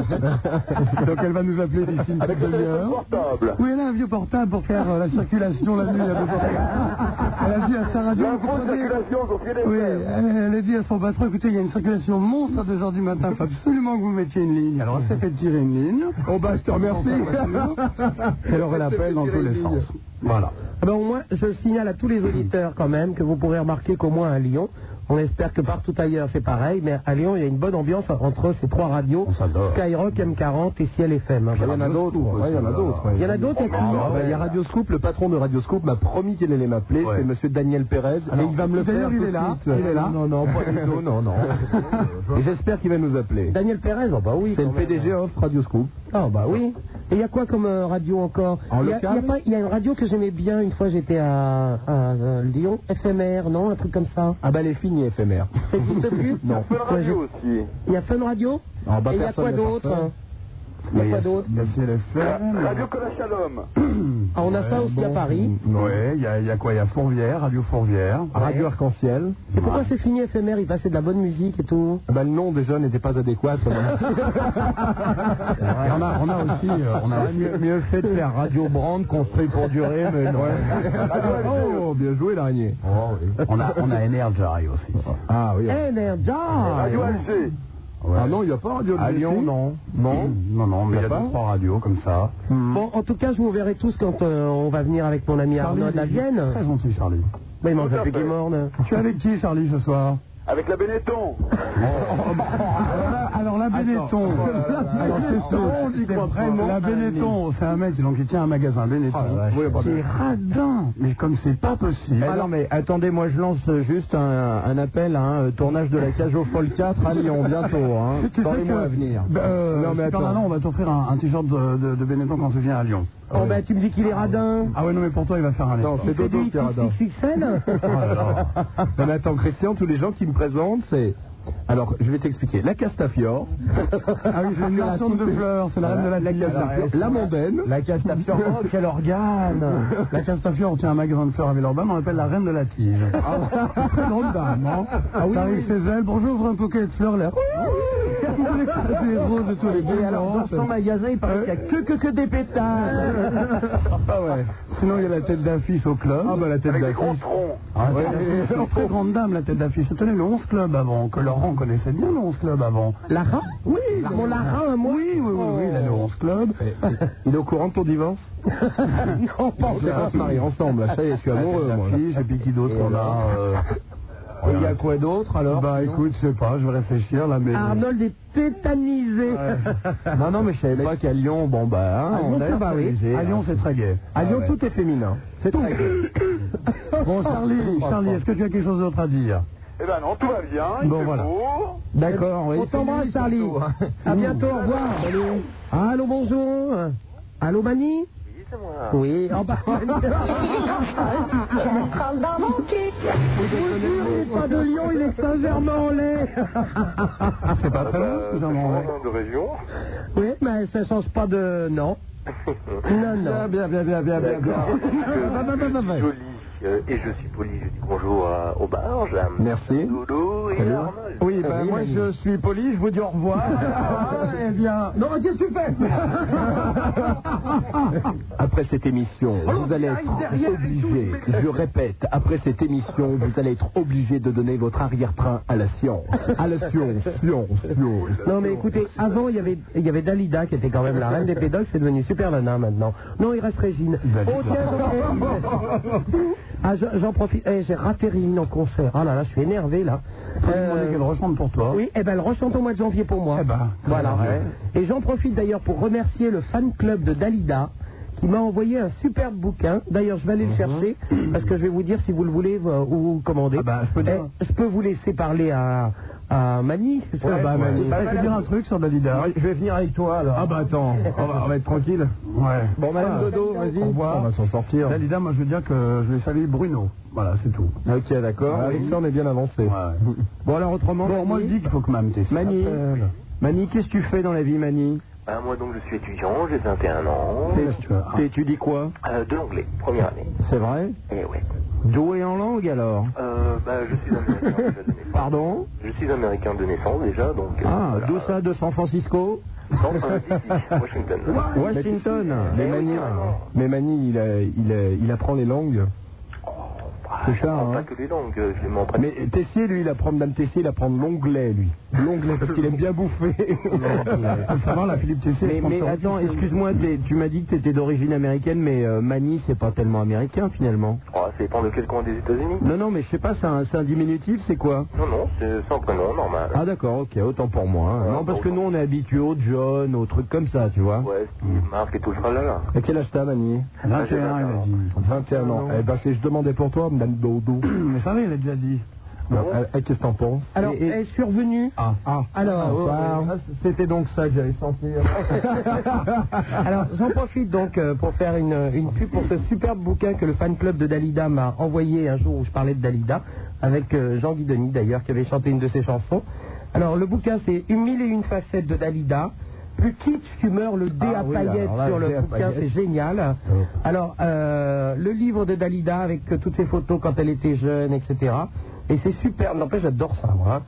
S8: Donc elle va nous appeler d'ici une petite demi-heure.
S6: Portable
S8: Oui, elle a un vieux portable pour faire euh, la circulation la nuit. Elle a, besoin de- elle a dit à sa radio,
S6: La
S8: vous
S6: grosse
S8: comprenez
S6: circulation sur Fiel
S8: Oui,
S6: FM.
S8: elle elle a dit à son patron, écoutez, il y a une circulation monstre à 2h du matin, il faut absolument que vous mettiez une ligne. Alors elle s'est fait tirer une ligne. Oh bah je te remercie. elle aurait la pelle dans tous les sens. Voilà.
S5: Ah ben, au moins, je signale à tous les auditeurs quand même que vous pourrez remarquer qu'au moins à Lyon, on espère que partout ailleurs c'est pareil, mais à Lyon, il y a une bonne ambiance entre ces trois radios, Skyrock, M40 et Ciel FM. hein.
S8: Il y en a d'autres. ouais, Il y en a d'autres. ouais.
S5: Il y en a d'autres
S8: Ah, bah,
S5: qui...
S8: il y a Radio Scoop, le patron de Radio Scoop m'a promis qu'il allait m'appeler, c'est monsieur Daniel Pérez, et il va me le faire. il est là, il est là. Non, non, pas du tout, non, non. Et j'espère qu'il va nous appeler.
S5: Daniel Pérez, oh bah oui.
S8: C'est
S5: quand
S8: le
S5: même.
S8: PDG off Radio Scoop.
S5: Ah bah oui. Et il y a quoi comme euh, radio encore
S8: En
S5: Il y, a- il y a
S8: local
S5: pas- il y a une radio que j'aimais bien, une fois j'étais à, à, euh, Lyon, FMR, non Un truc comme ça.
S8: Ah bah les fini éphémère.
S5: Ça existe plus
S8: Non.
S6: Fun Radio aussi
S5: Il y a Fun Radio
S8: Ah bah,
S5: Et il y a
S8: personne
S5: quoi
S8: n'est
S5: d'autre
S8: parfait.
S5: hein Il y a quoi d'autre
S8: Il y a CLFM.
S6: Radio Colachalom
S5: Ah, On a ça aussi à Paris.
S8: Ouais, il y, a- il y a quoi Il y a Fourvière, Radio Fourvière, Radio Arc-en-Ciel.
S5: Et
S8: bah.
S5: pourquoi c'est fini FMR Il passait de la bonne musique et tout.
S8: Ah bah, le nom déjà n'était pas adéquat. quand même. Et on, a, on a aussi, euh, on a mieux, fait de faire Radio Brand construit pour durer, mais non. Oh, bien joué l'araignée.
S3: Oh,
S8: On a, on a Energy aussi. Ah oui.
S5: Eh merde,
S6: Radio
S5: John
S6: Alger
S3: Ah non, il n'y a pas radio de
S8: À
S3: Bercy
S8: Lyon, non. Non
S3: Non, non, mais il y a
S8: pas
S3: deux, trois radios comme ça.
S5: Hmm. Bon, en tout cas, je vous verrai tous quand euh, on va venir avec mon ami Arnaud de la Vienne.
S3: Très gentil, Charlie.
S5: Bah, il mange
S3: Tout à
S5: plus
S3: fait.
S5: qu'il morne.
S3: Tu es avec qui, Charlie, ce soir
S14: Avec la Benetton
S3: Ah, Alors la Benetton,
S15: Oh
S3: Alors, c'est sauce. C'est vraiment
S15: Ah,
S3: la Benetton, c'est un mec donc il tient un magasin Benetton. Oui, bah, c'est radin, mais comme c'est pas possible.
S15: Ah non, mais attendez, moi je lance euh, juste un, un appel, hein, euh, tournage de la cage au Folle 4 à Lyon, bientôt, hein,
S3: Tu
S15: dans
S3: sais
S15: les
S3: que-
S15: mois à venir.
S3: Bah, euh,
S15: non, mais
S3: Super
S15: attends.
S3: Nana, on va t'offrir un, un t-shirt de, de- de Benetton quand tu viens à Lyon.
S5: Oh, bah, tu me dis qu'il est radin.
S3: Ah ouais, non, mais pour toi, il va faire un effort.
S5: c'est Dodo qui est radin.
S8: Non, mais attends, Christian, tous les gens qui me présentent, c'est. Alors, je vais t'expliquer. La Castafiore.
S3: Ah oui, c'est une garçonne de fleurs, c'est la reine de la, la
S8: Alors, La Mondaine.
S15: La Castafiore, oh, quel organe
S3: La Castafiore, on tient un magasin de fleurs à Villeurbanne, on l'appelle la reine de la tige. Ah, très grande dame, hein ah, oui, T'arrives chez elle, bonjour, je voudrais un bouquet de fleurs, là. Vous voulez couper les roses de tous les
S15: Et Eh, alors, dans son
S3: goûts,
S15: magasin, il
S5: euh,
S15: paraît qu'il n'y a que, que, que des pétales
S3: Ah ouais. Sinon, il y a la tête d'affiche au club. Ah bah la tête
S14: Avec des gros troncs.
S3: Ah, ouais, c'est une très grande dame, la tête d'affiche. Tenez, le 11 Club avant, que Laurent connaissait bien le 11 Club avant.
S5: Lara
S3: Oui,
S5: Mon Lara, moi
S3: Oui, oui, oui, oui, il a le 11 Club.
S8: Eh, Il est au courant de ton divorce
S5: Non, pas
S8: On va se marier ensemble, là, ça y est, je suis amoureux, moi.
S3: La fille, et puis qui d'autre on a euh,
S8: Et Il y a quoi d'autre alors
S3: Bah écoute, je sais pas, je vais réfléchir là, mais.
S5: Arnold est tétanisé.
S8: Non, non, mais je savais pas qu'à Lyon, bon bah, hein,
S3: Ah,
S8: on
S3: non,
S8: est
S3: c'est pas
S8: favorisé.
S3: vrai. À Lyon, c'est très gay.
S8: À Ah, Lyon, tout est féminin. C'est très gay.
S3: Bon, Charlie, Charlie, est-ce que tu as quelque chose d'autre à dire
S14: Eh ben non, tout va bien, il
S3: Bon,
S14: fait
S3: voilà.
S14: beau.
S8: D'accord, oui. hein.
S5: On t'embrasse, Charlie. À bientôt, au revoir. Allô, bonjour. Allô, Mani
S6: Oui, c'est moi.
S5: Oui, en bas.
S2: en train d'en manquer.
S5: Il n'est pas de Lyon, il est Saint-Germain-en-Laye.
S3: C'est pas très loin,
S6: Euh,
S3: ce que ça
S6: c'est
S3: m'envoie.
S6: vraiment de région.
S5: Oui, mais ça change pas de nom. Non, non.
S8: Bien, bien, bien, bien, bien. bah,
S6: Jolie. euh, et je suis poli, je dis bonjour à, au barge. à
S8: Merci.
S6: Dodo et à Arnold.
S8: Oui, ben moi je suis poli, je vous dis au revoir.
S3: Eh bien. Non, mais qu'est-ce que tu fais
S8: Après cette émission,
S5: Oh,
S8: vous allez être obligé, je répète, après cette émission, vous allez être obligé de donner votre arrière-train à la science. À la science, science, science.
S5: Non, mais écoutez, avant, il y avait, il y avait Dalida qui était quand même la reine des pédophiles, c'est devenu super nana maintenant. Non, il reste Régine. Oh, tiens, j'en- ah, je- j'en profite. Eh, j'ai raté Régine en concert. Ah là là, je suis énervé là.
S3: Je vais demander
S5: Euh,
S3: qu'elle rechante pour toi.
S5: Oui, eh ben, elle rechante au mois de janvier pour moi.
S3: Eh ben,
S5: voilà.
S3: ouais.
S5: Et j'en profite d'ailleurs pour remercier le fan club de Dalida qui m'a envoyé un superbe bouquin. D'ailleurs, je vais aller le chercher parce que je vais vous dire si vous le voulez euh, ou vous le commandez.
S3: Ah
S8: bah,
S3: ben, je peux dire.
S5: Eh, je peux vous laisser parler à, à Mani. c'est ça
S3: Ah bah, mais-
S5: Ouais.
S3: bah, je vais dire un truc sur Dalida.
S8: Je vais venir avec toi alors. Ah bah attends, on va, on va être tranquille.
S3: Ouais.
S8: Bon, madame
S3: Ah.
S8: Dodo, vas-y.
S3: Au revoir.
S8: On va s'en sortir.
S3: Dalida, moi je veux dire que je vais saluer Bruno. Voilà, c'est tout.
S8: Ok, d'accord.
S3: Ouais,
S8: Avec
S3: oui.
S8: ça, on est bien avancé.
S3: Ouais.
S8: Bon, alors autrement.
S3: Bon, moi je dis qu'il faut que Mme t'essaie.
S8: Mani, Mani, qu'est-ce que tu fais dans la vie, Mani
S6: Ben, moi donc je suis étudiant, j'ai 21 ans,
S3: Qu'est-ce que tu veux
S8: Et tu dis quoi
S6: euh, de l'anglais, première année.
S8: C'est vrai
S6: Et ouais.
S8: Doué en langue alors
S6: Euh, ben, je suis américain déjà de naissance.
S8: Pardon
S6: Je suis américain de naissance déjà, donc. euh,
S8: Ah,
S6: voilà.
S8: d'où ça De San Francisco
S6: Non, euh, d'ici, Washington.
S8: Washington Mais
S6: Eh oui,
S8: Mani,
S6: carrément.
S8: mais Mani, il, euh, il, euh, il apprend les langues.
S6: Oh,
S8: C'est ça,
S6: Non,
S8: hein.
S6: Pas que les langues, euh, je les mets en
S8: Mais Tessier, lui, il apprend, Madame Tessier, il apprend l'onglet, lui. L'onglet, parce qu'il aime bien bouffer.
S3: Faut savoir, la Philippe Tessier,
S8: Mais,
S3: elle prend
S8: mais
S3: son-
S8: attends, excuse-moi, t'es- tu m'as dit que t'étais d'origine américaine, mais euh, Mani, c'est pas tellement américain finalement.
S6: Oh, ça dépend de quel coin des États-Unis.
S8: Non, non, mais je sais pas, c'est un, c'est un diminutif, c'est quoi
S6: Non, non, c'est c'est un prénom normal.
S8: Ah d'accord, ok, autant pour moi. hein.
S6: Ouais,
S8: non, parce
S6: autant.
S8: que nous, on est habitués au John, aux trucs comme ça, tu vois.
S6: Ouais, Steve, Marc et tout le tralala.
S8: À quel âge t'as, Mani
S6: Ah,
S3: 21, il a dit.
S8: 21
S5: Ah
S8: ans. Eh ben, si je demandais pour toi, Madame Dodo.
S3: Mais ça, il a déjà dit.
S8: Alors, euh, euh, Qu'est-ce que t'en penses
S5: Ah Alors,
S8: Et- et-
S5: elle est survenue.
S8: Ah, ah.
S5: Alors,
S8: Ah,
S5: euh,
S8: c'était donc ça que j'allais sentir.
S5: Alors, j'en profite donc euh, pour faire une, une pub pour ce superbe bouquin que le fan club de Dalida m'a envoyé un jour où je parlais de Dalida, avec euh, Jean-Guy Denis d'ailleurs, qui avait chanté une de ses chansons. Alors, le bouquin, c'est Une mille et une facettes de Dalida. Plus kitsch, tu meurs le dé
S8: Ah
S5: à
S8: oui,
S5: paillettes
S8: alors là,
S5: sur
S8: le
S5: le
S8: dé à
S5: bouquin,
S8: paillettes.
S5: c'est génial. Alors, euh, le livre de Dalida avec euh, toutes ses photos quand elle était jeune, etc. Et c'est super, n'empêche, j'adore ça, moi. hein.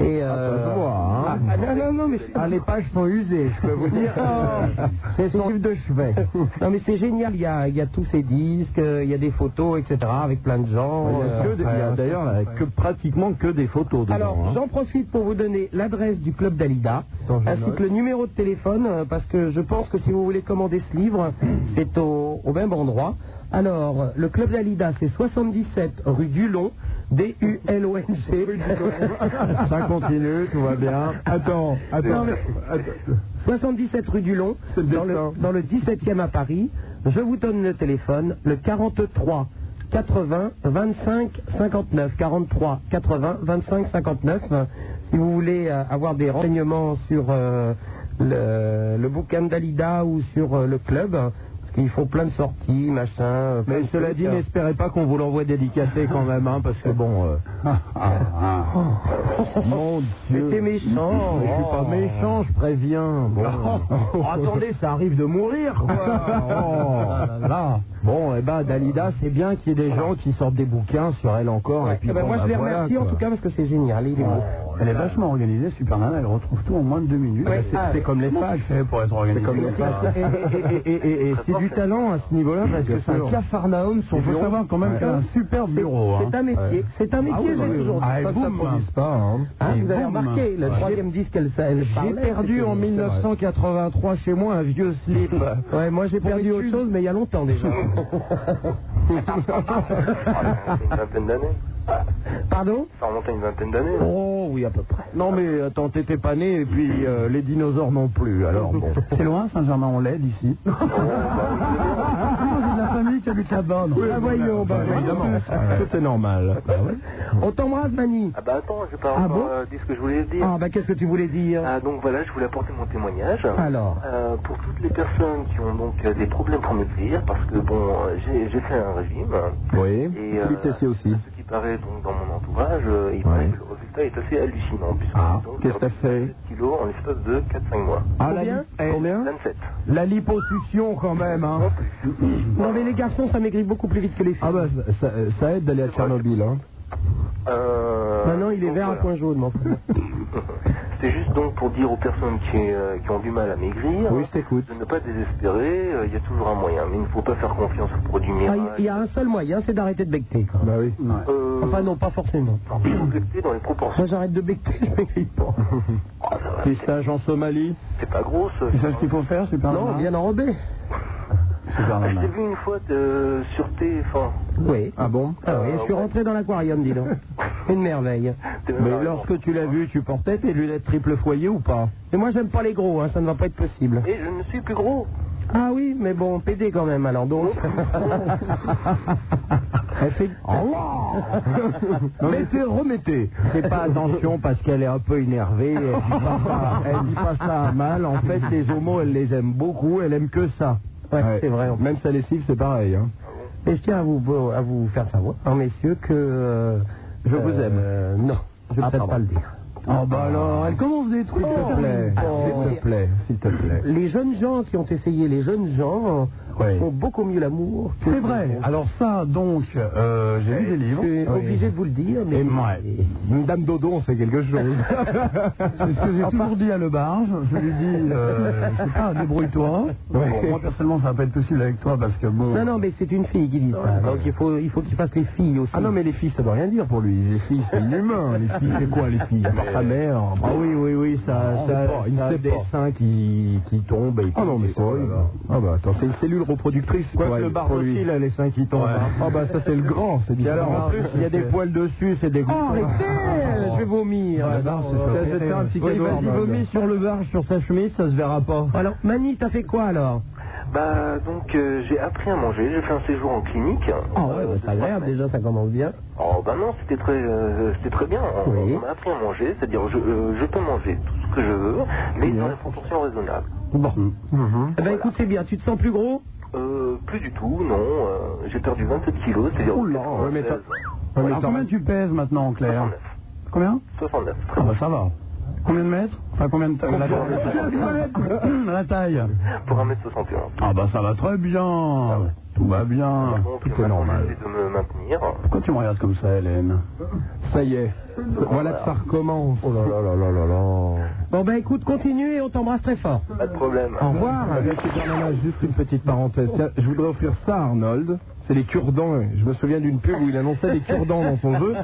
S16: Et euh,
S8: Ah, non, non, non, mais c'est-
S16: ah, les pages sont usées, je peux vous dire.
S5: Oh.
S8: Non.
S16: C'est son livre de chevet.
S8: Non mais c'est génial, il y, a, il y a tous ces disques, euh, il y a des photos, etc. avec plein de gens.
S5: Ouais, euh, c'est que des- il y a d'ailleurs, là, que-
S8: pratiquement euh, que des photos
S5: dedans,
S8: Alors
S5: hein.
S8: j'en profite pour vous donner l'adresse du club d'Alida, ainsi que le numéro de téléphone, euh, parce que je pense que si vous voulez commander ce livre, c'est au, au même endroit. Alors, le club d'Alida, c'est 77 rue Dulon, D-U-L-O-N-G.
S5: Ça continue, tout va bien.
S8: Attends,
S5: attends,
S8: 77 rue du Long, dans le, dans le 17e à Paris. Je vous donne le téléphone, le 43 80 25 59. 43 80 25 59. Si vous voulez euh, avoir des renseignements sur euh, le, le bouquin d'Alida ou sur euh, le club, parce qu'ils font plein de sorties, machin. euh, plein
S5: Mais
S8: de
S5: cela
S8: trucs,
S5: dit,
S8: euh.
S5: n'espérez pas qu'on vous l'envoie dédicacé quand même, hein, parce que bon. euh, Mon Dieu.
S8: Mais t'es méchant. oh.
S5: Mais Je suis pas méchant, je préviens. Bon. Oh, attendez, ça arrive de mourir, quoi. Oh, là, là. Bon, eh ben, Dalida, c'est bien qu'il y ait des gens qui sortent des bouquins sur elle encore. et puis,
S8: Eh ben,
S5: bon,
S8: moi,
S5: bah,
S8: je les
S5: voilà,
S8: remercie en
S5: quoi.
S8: tout cas parce que c'est génial. Il est beau.
S3: Elle est vachement organisée, Super Nana, elle retrouve tout en moins de deux minutes.
S8: Ouais,
S3: c'est
S8: ah,
S3: c'est comme les pages pour être
S5: C'est
S3: organisée.
S5: comme le cas. Et, et- et- et- et c'est du talent à ce niveau-là, parce que c'est un cafarnaum, son
S3: Il faut
S5: bureau.
S3: savoir quand même
S5: Ouais.
S3: qu'elle a un super bureau.
S5: hein.
S8: C'est un métier, c'est un métier, j'ai toujours dit.
S3: Ah, elle
S8: Ça, ça
S3: boum,
S8: produit
S3: pas.
S5: Ah,
S8: Hein, vous avez remarqué, le troisième disque, elle, elle
S5: J'ai
S8: parlait,
S5: perdu
S8: c'était-
S5: en 1983 chez moi un vieux slip.
S8: Ouais, moi j'ai perdu autre chose, mais il y a longtemps déjà.
S6: Ah, Une vingtaine d'années.
S8: Pardon
S6: Ça remonte à une vingtaine d'années.
S5: Oh oui, à peu près. Non mais attends, t'étais pas né et puis euh, les dinosaures non plus, alors bon.
S3: C'est loin, Saint-Germain-en-Laye, d'ici. J'ai de la famille qui habite là-bas. non
S5: Ah, voyons, bah, évidemment. Ah, Tout est normal.
S8: On t'embrasse, Mani.
S6: Ah bah attends, j'ai pas
S8: Ah
S6: encore
S8: bon
S6: euh, dit ce que je voulais dire.
S8: Ah, bah qu'est-ce que tu voulais dire
S6: Ah, donc voilà, je voulais apporter mon témoignage.
S8: Alors.
S6: Euh, pour toutes les personnes qui ont donc euh, des problèmes pour maigrir, parce que bon, euh, j'ai j'ai fait un régime.
S5: Oui,
S6: Et euh,
S5: Philippe Tessier aussi.
S6: ce qui paraît donc dans mon entourage, euh, il paraît que le résultat est assez hallucinant, puisque
S8: Ah,
S6: donc
S5: Qu'est-ce que t'as fait
S6: kilos en l'espace de 4-5 mois.
S5: Ah, la, li- eh,
S6: 27.
S5: la liposuction quand même, hein.
S8: Non, mais les garçons, ça maigrit beaucoup plus vite que les filles.
S5: Ah bah ça, ça- ça aide d'aller à Tchernobyl, hein.
S6: Euh,
S8: Maintenant, Bah, il est
S6: donc
S8: vert
S6: voilà.
S8: à point jaune, mon frère.
S6: C'est juste donc pour dire aux personnes qui, euh, qui ont du mal à maigrir de ne pas désespérer, euh, il y a toujours un moyen, mais il ne faut pas faire confiance aux produits
S8: Ah,
S6: miracles.
S8: il- Ah, Il y a un seul moyen, c'est d'arrêter de becter. quoi.
S5: Bah
S6: Euh,
S8: Enfin, non, pas forcément.
S6: respecter dans les proportions.
S8: Moi, j'arrête de becter, je maigris pas.
S5: Pistage en Somalie.
S6: C'est pas gros, ça.
S3: Tu sais ce qu'il faut faire, Super
S8: Non,
S3: Nana
S8: bien enrobé.
S3: Super
S6: Ah, je
S3: Nana.
S6: t'ai vu une fois euh, sur TF1.
S8: Oui.
S5: Ah bon
S8: Ah oui, je suis rentré dans l'aquarium, dis donc. Une merveille.
S5: Mais lorsque tu l'as vu, tu portais tes lunettes triple foyer ou pas
S8: Mais moi, j'aime pas les gros, hein, ça ne va pas être possible.
S6: Et je ne suis plus gros.
S8: Ah oui, mais bon, PD quand même, alors donc. Elle fait-
S5: Mettez, remettez. Hein Fais pas attention parce qu'elle est un peu énervée. Elle dit pas ça, elle dit pas ça à mal. En fait, les homos, elle les aime beaucoup. Elle aime que ça.
S8: Ouais, c'est vrai.
S5: Même sa lessive, c'est pareil. hein.
S8: Et je tiens à vous, à vous faire savoir, hein, messieurs, que. euh,
S5: Je vous
S8: euh, Non, je ne
S5: Ah,
S8: vais peut-être
S5: pardon. Ah,
S8: pas le dire.
S3: Oh bah alors, elle commence des trucs.
S8: S'il te plaît, s'il te
S5: plaît, s'il te plaît.
S8: Les jeunes gens qui ont essayé, les jeunes gens euh,
S3: Ouais.
S8: font beaucoup mieux l'amour. que-
S3: C'est vrai. Alors ça, donc, euh, j'ai lu des
S8: Je
S3: livres.
S8: suis obligé de vous le dire, mais.
S3: Et moi,
S5: Une dame dodon, c'est quelque chose.
S3: C'est ce que j'ai toujours dit à Lebarge. Je lui dis, euh, je sais pas, débrouille-toi. Bon, moi, personnellement, ça va pas être possible avec toi parce que bon.
S8: Non, non, mais c'est une fille qui dit ça. Donc il faut, il faut qu'il fasse les filles aussi.
S5: Ah non, mais les filles, ça veut rien dire pour lui. Les filles, c'est inhumain. Les filles, c'est quoi les filles À part sa mère. Ah oui, oui, oui, ça,
S3: Non, on
S5: ça,
S3: sait pas, il
S5: ça
S3: sait
S5: a des
S3: pas.
S5: seins qui, qui tombent. Et
S3: Ah non, mais
S5: et-
S3: c'est horrible.
S5: Ah bah attends, c'est une cellule reproductrice.
S3: Quoique
S5: pour
S3: le
S5: elle, pour
S3: Bardotti,
S5: lui.
S3: il a les seins qui tombent, hein.
S5: Ah bah ça, c'est le grand, c'est
S3: Puis
S5: différent.
S3: alors, en plus,
S5: il y a des poils dessus, c'est des
S8: Je
S3: Oh.
S8: vais
S3: Ah,
S8: vomir.
S3: bah,
S5: Je vais te faire un petit cadeau. Vas-y, vomis sur le barge, sur sa chemise, ça se verra pas.
S8: Alors, Mani, t'as fait quoi alors
S6: Bah, donc euh, j'ai appris à manger, j'ai fait un séjour en clinique. Euh,
S8: Ah ouais, bah, c'est agréable, déjà ça commence bien.
S6: Oh bah non, c'était très, euh, c'était très bien. On,
S8: Oui.
S6: on m'a appris à manger, c'est-à-dire je, euh, je peux manger tout ce que je veux, mais dans des proportions raisonnables.
S8: Bon.
S3: Mm. Mm-hmm.
S8: Eh ben écoute, c'est bien, tu te sens plus gros
S6: Euh, plus du tout, non. euh, j'ai perdu 27 kilos, c'est-à-dire
S8: Oh,
S3: ouais, mais ça-
S6: 76,
S3: Alors, combien tu pèses maintenant, en clair Combien
S6: 69.
S3: Ah bah ça va. Combien de mètres Enfin, combien de taille la, taille La taille
S6: Pour 1m61.
S3: Ah bah ça va très bien. Tout va bien.
S8: Ah,
S6: Donc, maintenant, j'essaie de me maintenir.
S17: venir.
S8: Pourquoi tu me regardes comme ça, Hélène Ça y est, voilà que ça recommence. Oh
S1: Ah,
S8: là là là là là là.
S11: Bon, ben écoute, continue et on t'embrasse très fort.
S17: Pas de problème.
S8: Au revoir. juste une petite parenthèse. Tiens, je voudrais offrir ça à Arnold. C'est les cure-dents. Je me souviens d'une pub où il annonçait les cure-dents dans son jeu.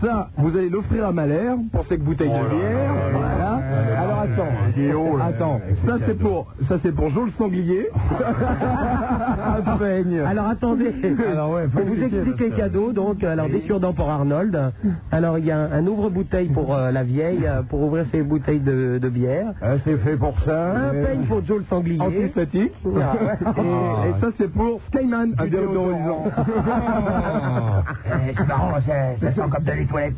S8: Ça, vous allez l'offrir à Malher pour cette bouteille de bière. Voilà. Alors attends. Attends. Ça c'est pour ça c'est pour Jo le sanglier.
S11: Alors attendez,
S8: Alors, ouais, faut
S11: on vous
S8: expliquer,
S11: explique les
S8: parce que-
S11: cadeaux. Donc, euh, alors des cure-dents pour Arnold. Alors il y a un, un ouvre-bouteille pour euh, la vieille, euh, pour ouvrir ses bouteilles de, de bière.
S8: c'est fait pour ça.
S11: Un peigne pour Joe le sanglier.
S8: Antistatique.
S11: Ah, ouais.
S8: Et, et ça c'est pour Skyman un déodorisant. Ah.
S13: Eh, C'est marrant, ça, ça sent comme dans les toilettes.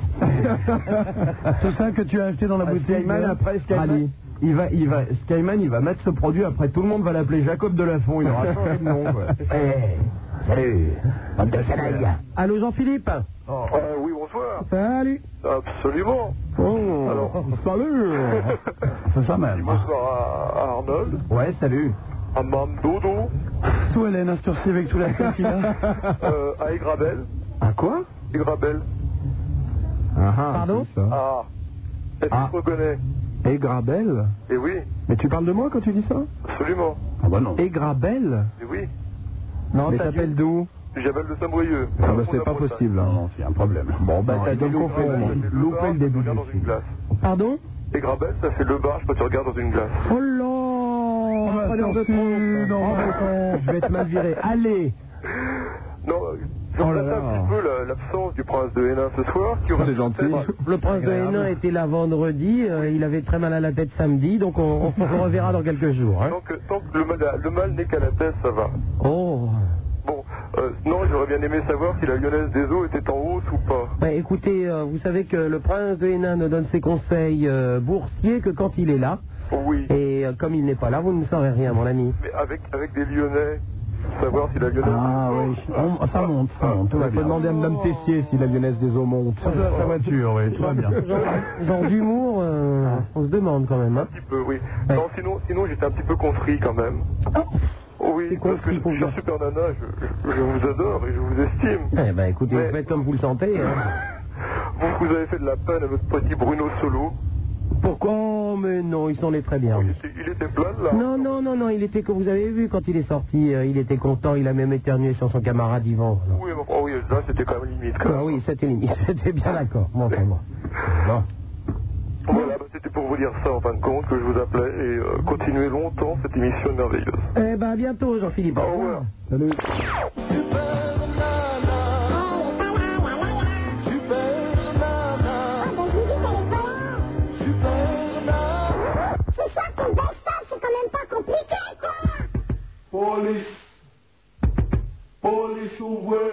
S8: Tout ça que tu as acheté dans la boutique. euh, Skyman après Skyman. Il va, il va, Skyman, il va mettre ce produit après tout le monde va l'appeler Jacob Delafont. Il aura changé de nom. quoi.
S13: Eh. Salut, bande de canailles.
S11: Allô Jean-Philippe
S6: Euh, oui, bonsoir.
S8: Salut.
S6: Absolument.
S8: Oh, salut. C'est ça même.
S6: Bonsoir à, à Arnold,
S8: Ouais, salut.
S6: à Mme Dodo,
S8: Sous Hélène, à cette avec tout la tête qu'il a.
S6: euh, à Igrabel.
S8: À Ah, quoi
S6: Igrabel.
S8: Pardon
S6: Ah. Est-ce que
S8: Ah.
S6: tu reconnais
S8: Et Grabel
S6: Eh oui,
S8: Mais tu parles de moi quand tu dis ça
S6: absolument.
S8: Ah bah non. Et Grabel
S6: Eh oui.
S8: Non, mais t'appelles d'où
S6: J'appelle de Saint-Brieuc.
S8: Ah bah c'est pas possible. Non, non, c'est un problème. Bon bah t'as donc confondu.
S6: Loupé le début. dans une glace.
S11: Pardon
S6: Et Grabel, ça fait le bar, je sais pas, tu regardes dans une glace.
S11: Oh là Preneur de tronc.
S8: Je vais te mal virer. Allez
S6: Non, euh, je
S8: Oh là
S6: regrette
S8: là. Ah,
S6: un petit peu la- l'absence du prince de Hénin ce soir. qui aurait pu faire-
S11: Le prince de Hénin était là vendredi, euh, il avait très mal à la tête samedi, donc on, on le reverra dans quelques jours. hein.
S6: Tant que, tant que le mal, le mal n'est qu'à la tête, ça va.
S11: Oh
S6: Bon, euh, non, j'aurais bien aimé savoir si la lyonnaise des eaux était en hausse ou pas.
S11: Bah, écoutez, euh, vous savez que le prince de Hénin ne donne ses conseils euh, boursiers que quand il est là.
S6: Oui.
S11: Et euh, comme il n'est pas là, vous ne saurez rien, mon ami.
S6: Mais avec, avec des lyonnais, savoir si la lyonnaise.
S8: Ah oui, On- ça monte, ça monte. On va demander à Mme Tessier si la lyonnaise des eaux monte. Sa voiture, oui, tout va bien.
S11: Genre d'humour, euh, on se demande quand même. Hein.
S6: Un petit peu, oui. Non, sinon, sinon j'étais un petit peu confrit quand même.
S11: Ah,
S6: Oui, parce que je suis super nana, je, je- je vous adore et je vous estime.
S11: Eh ben écoutez, vous faites comme vous le sentez. hein.
S6: Vous, vous avez fait de la peine à notre petit Bruno Solo.
S11: Pourquoi Oh, Mais non, il s'en est très bien.
S6: Il était plein de là.
S11: Non, non, non, non, il était que vous avez vu quand il est sorti, euh, il était content, il a même éternué sur son camarade Yvan.
S6: Oui, mais- oh oui, là c'était quand même limite.
S11: Ah oui, c'était limite, c'était bien d'accord. Bon, enfin, bon.
S6: Voilà, bah, c'était pour vous dire ça en fin de compte que je vous appelais et euh, continuez longtemps cette émission merveilleuse.
S11: Eh ben à bientôt Jean-Philippe. Au revoir.
S8: Salut.
S2: Ah, Ce soir qu'on danse ça, c'est quand même pas compliqué, quoi
S6: Police, police, ouvrez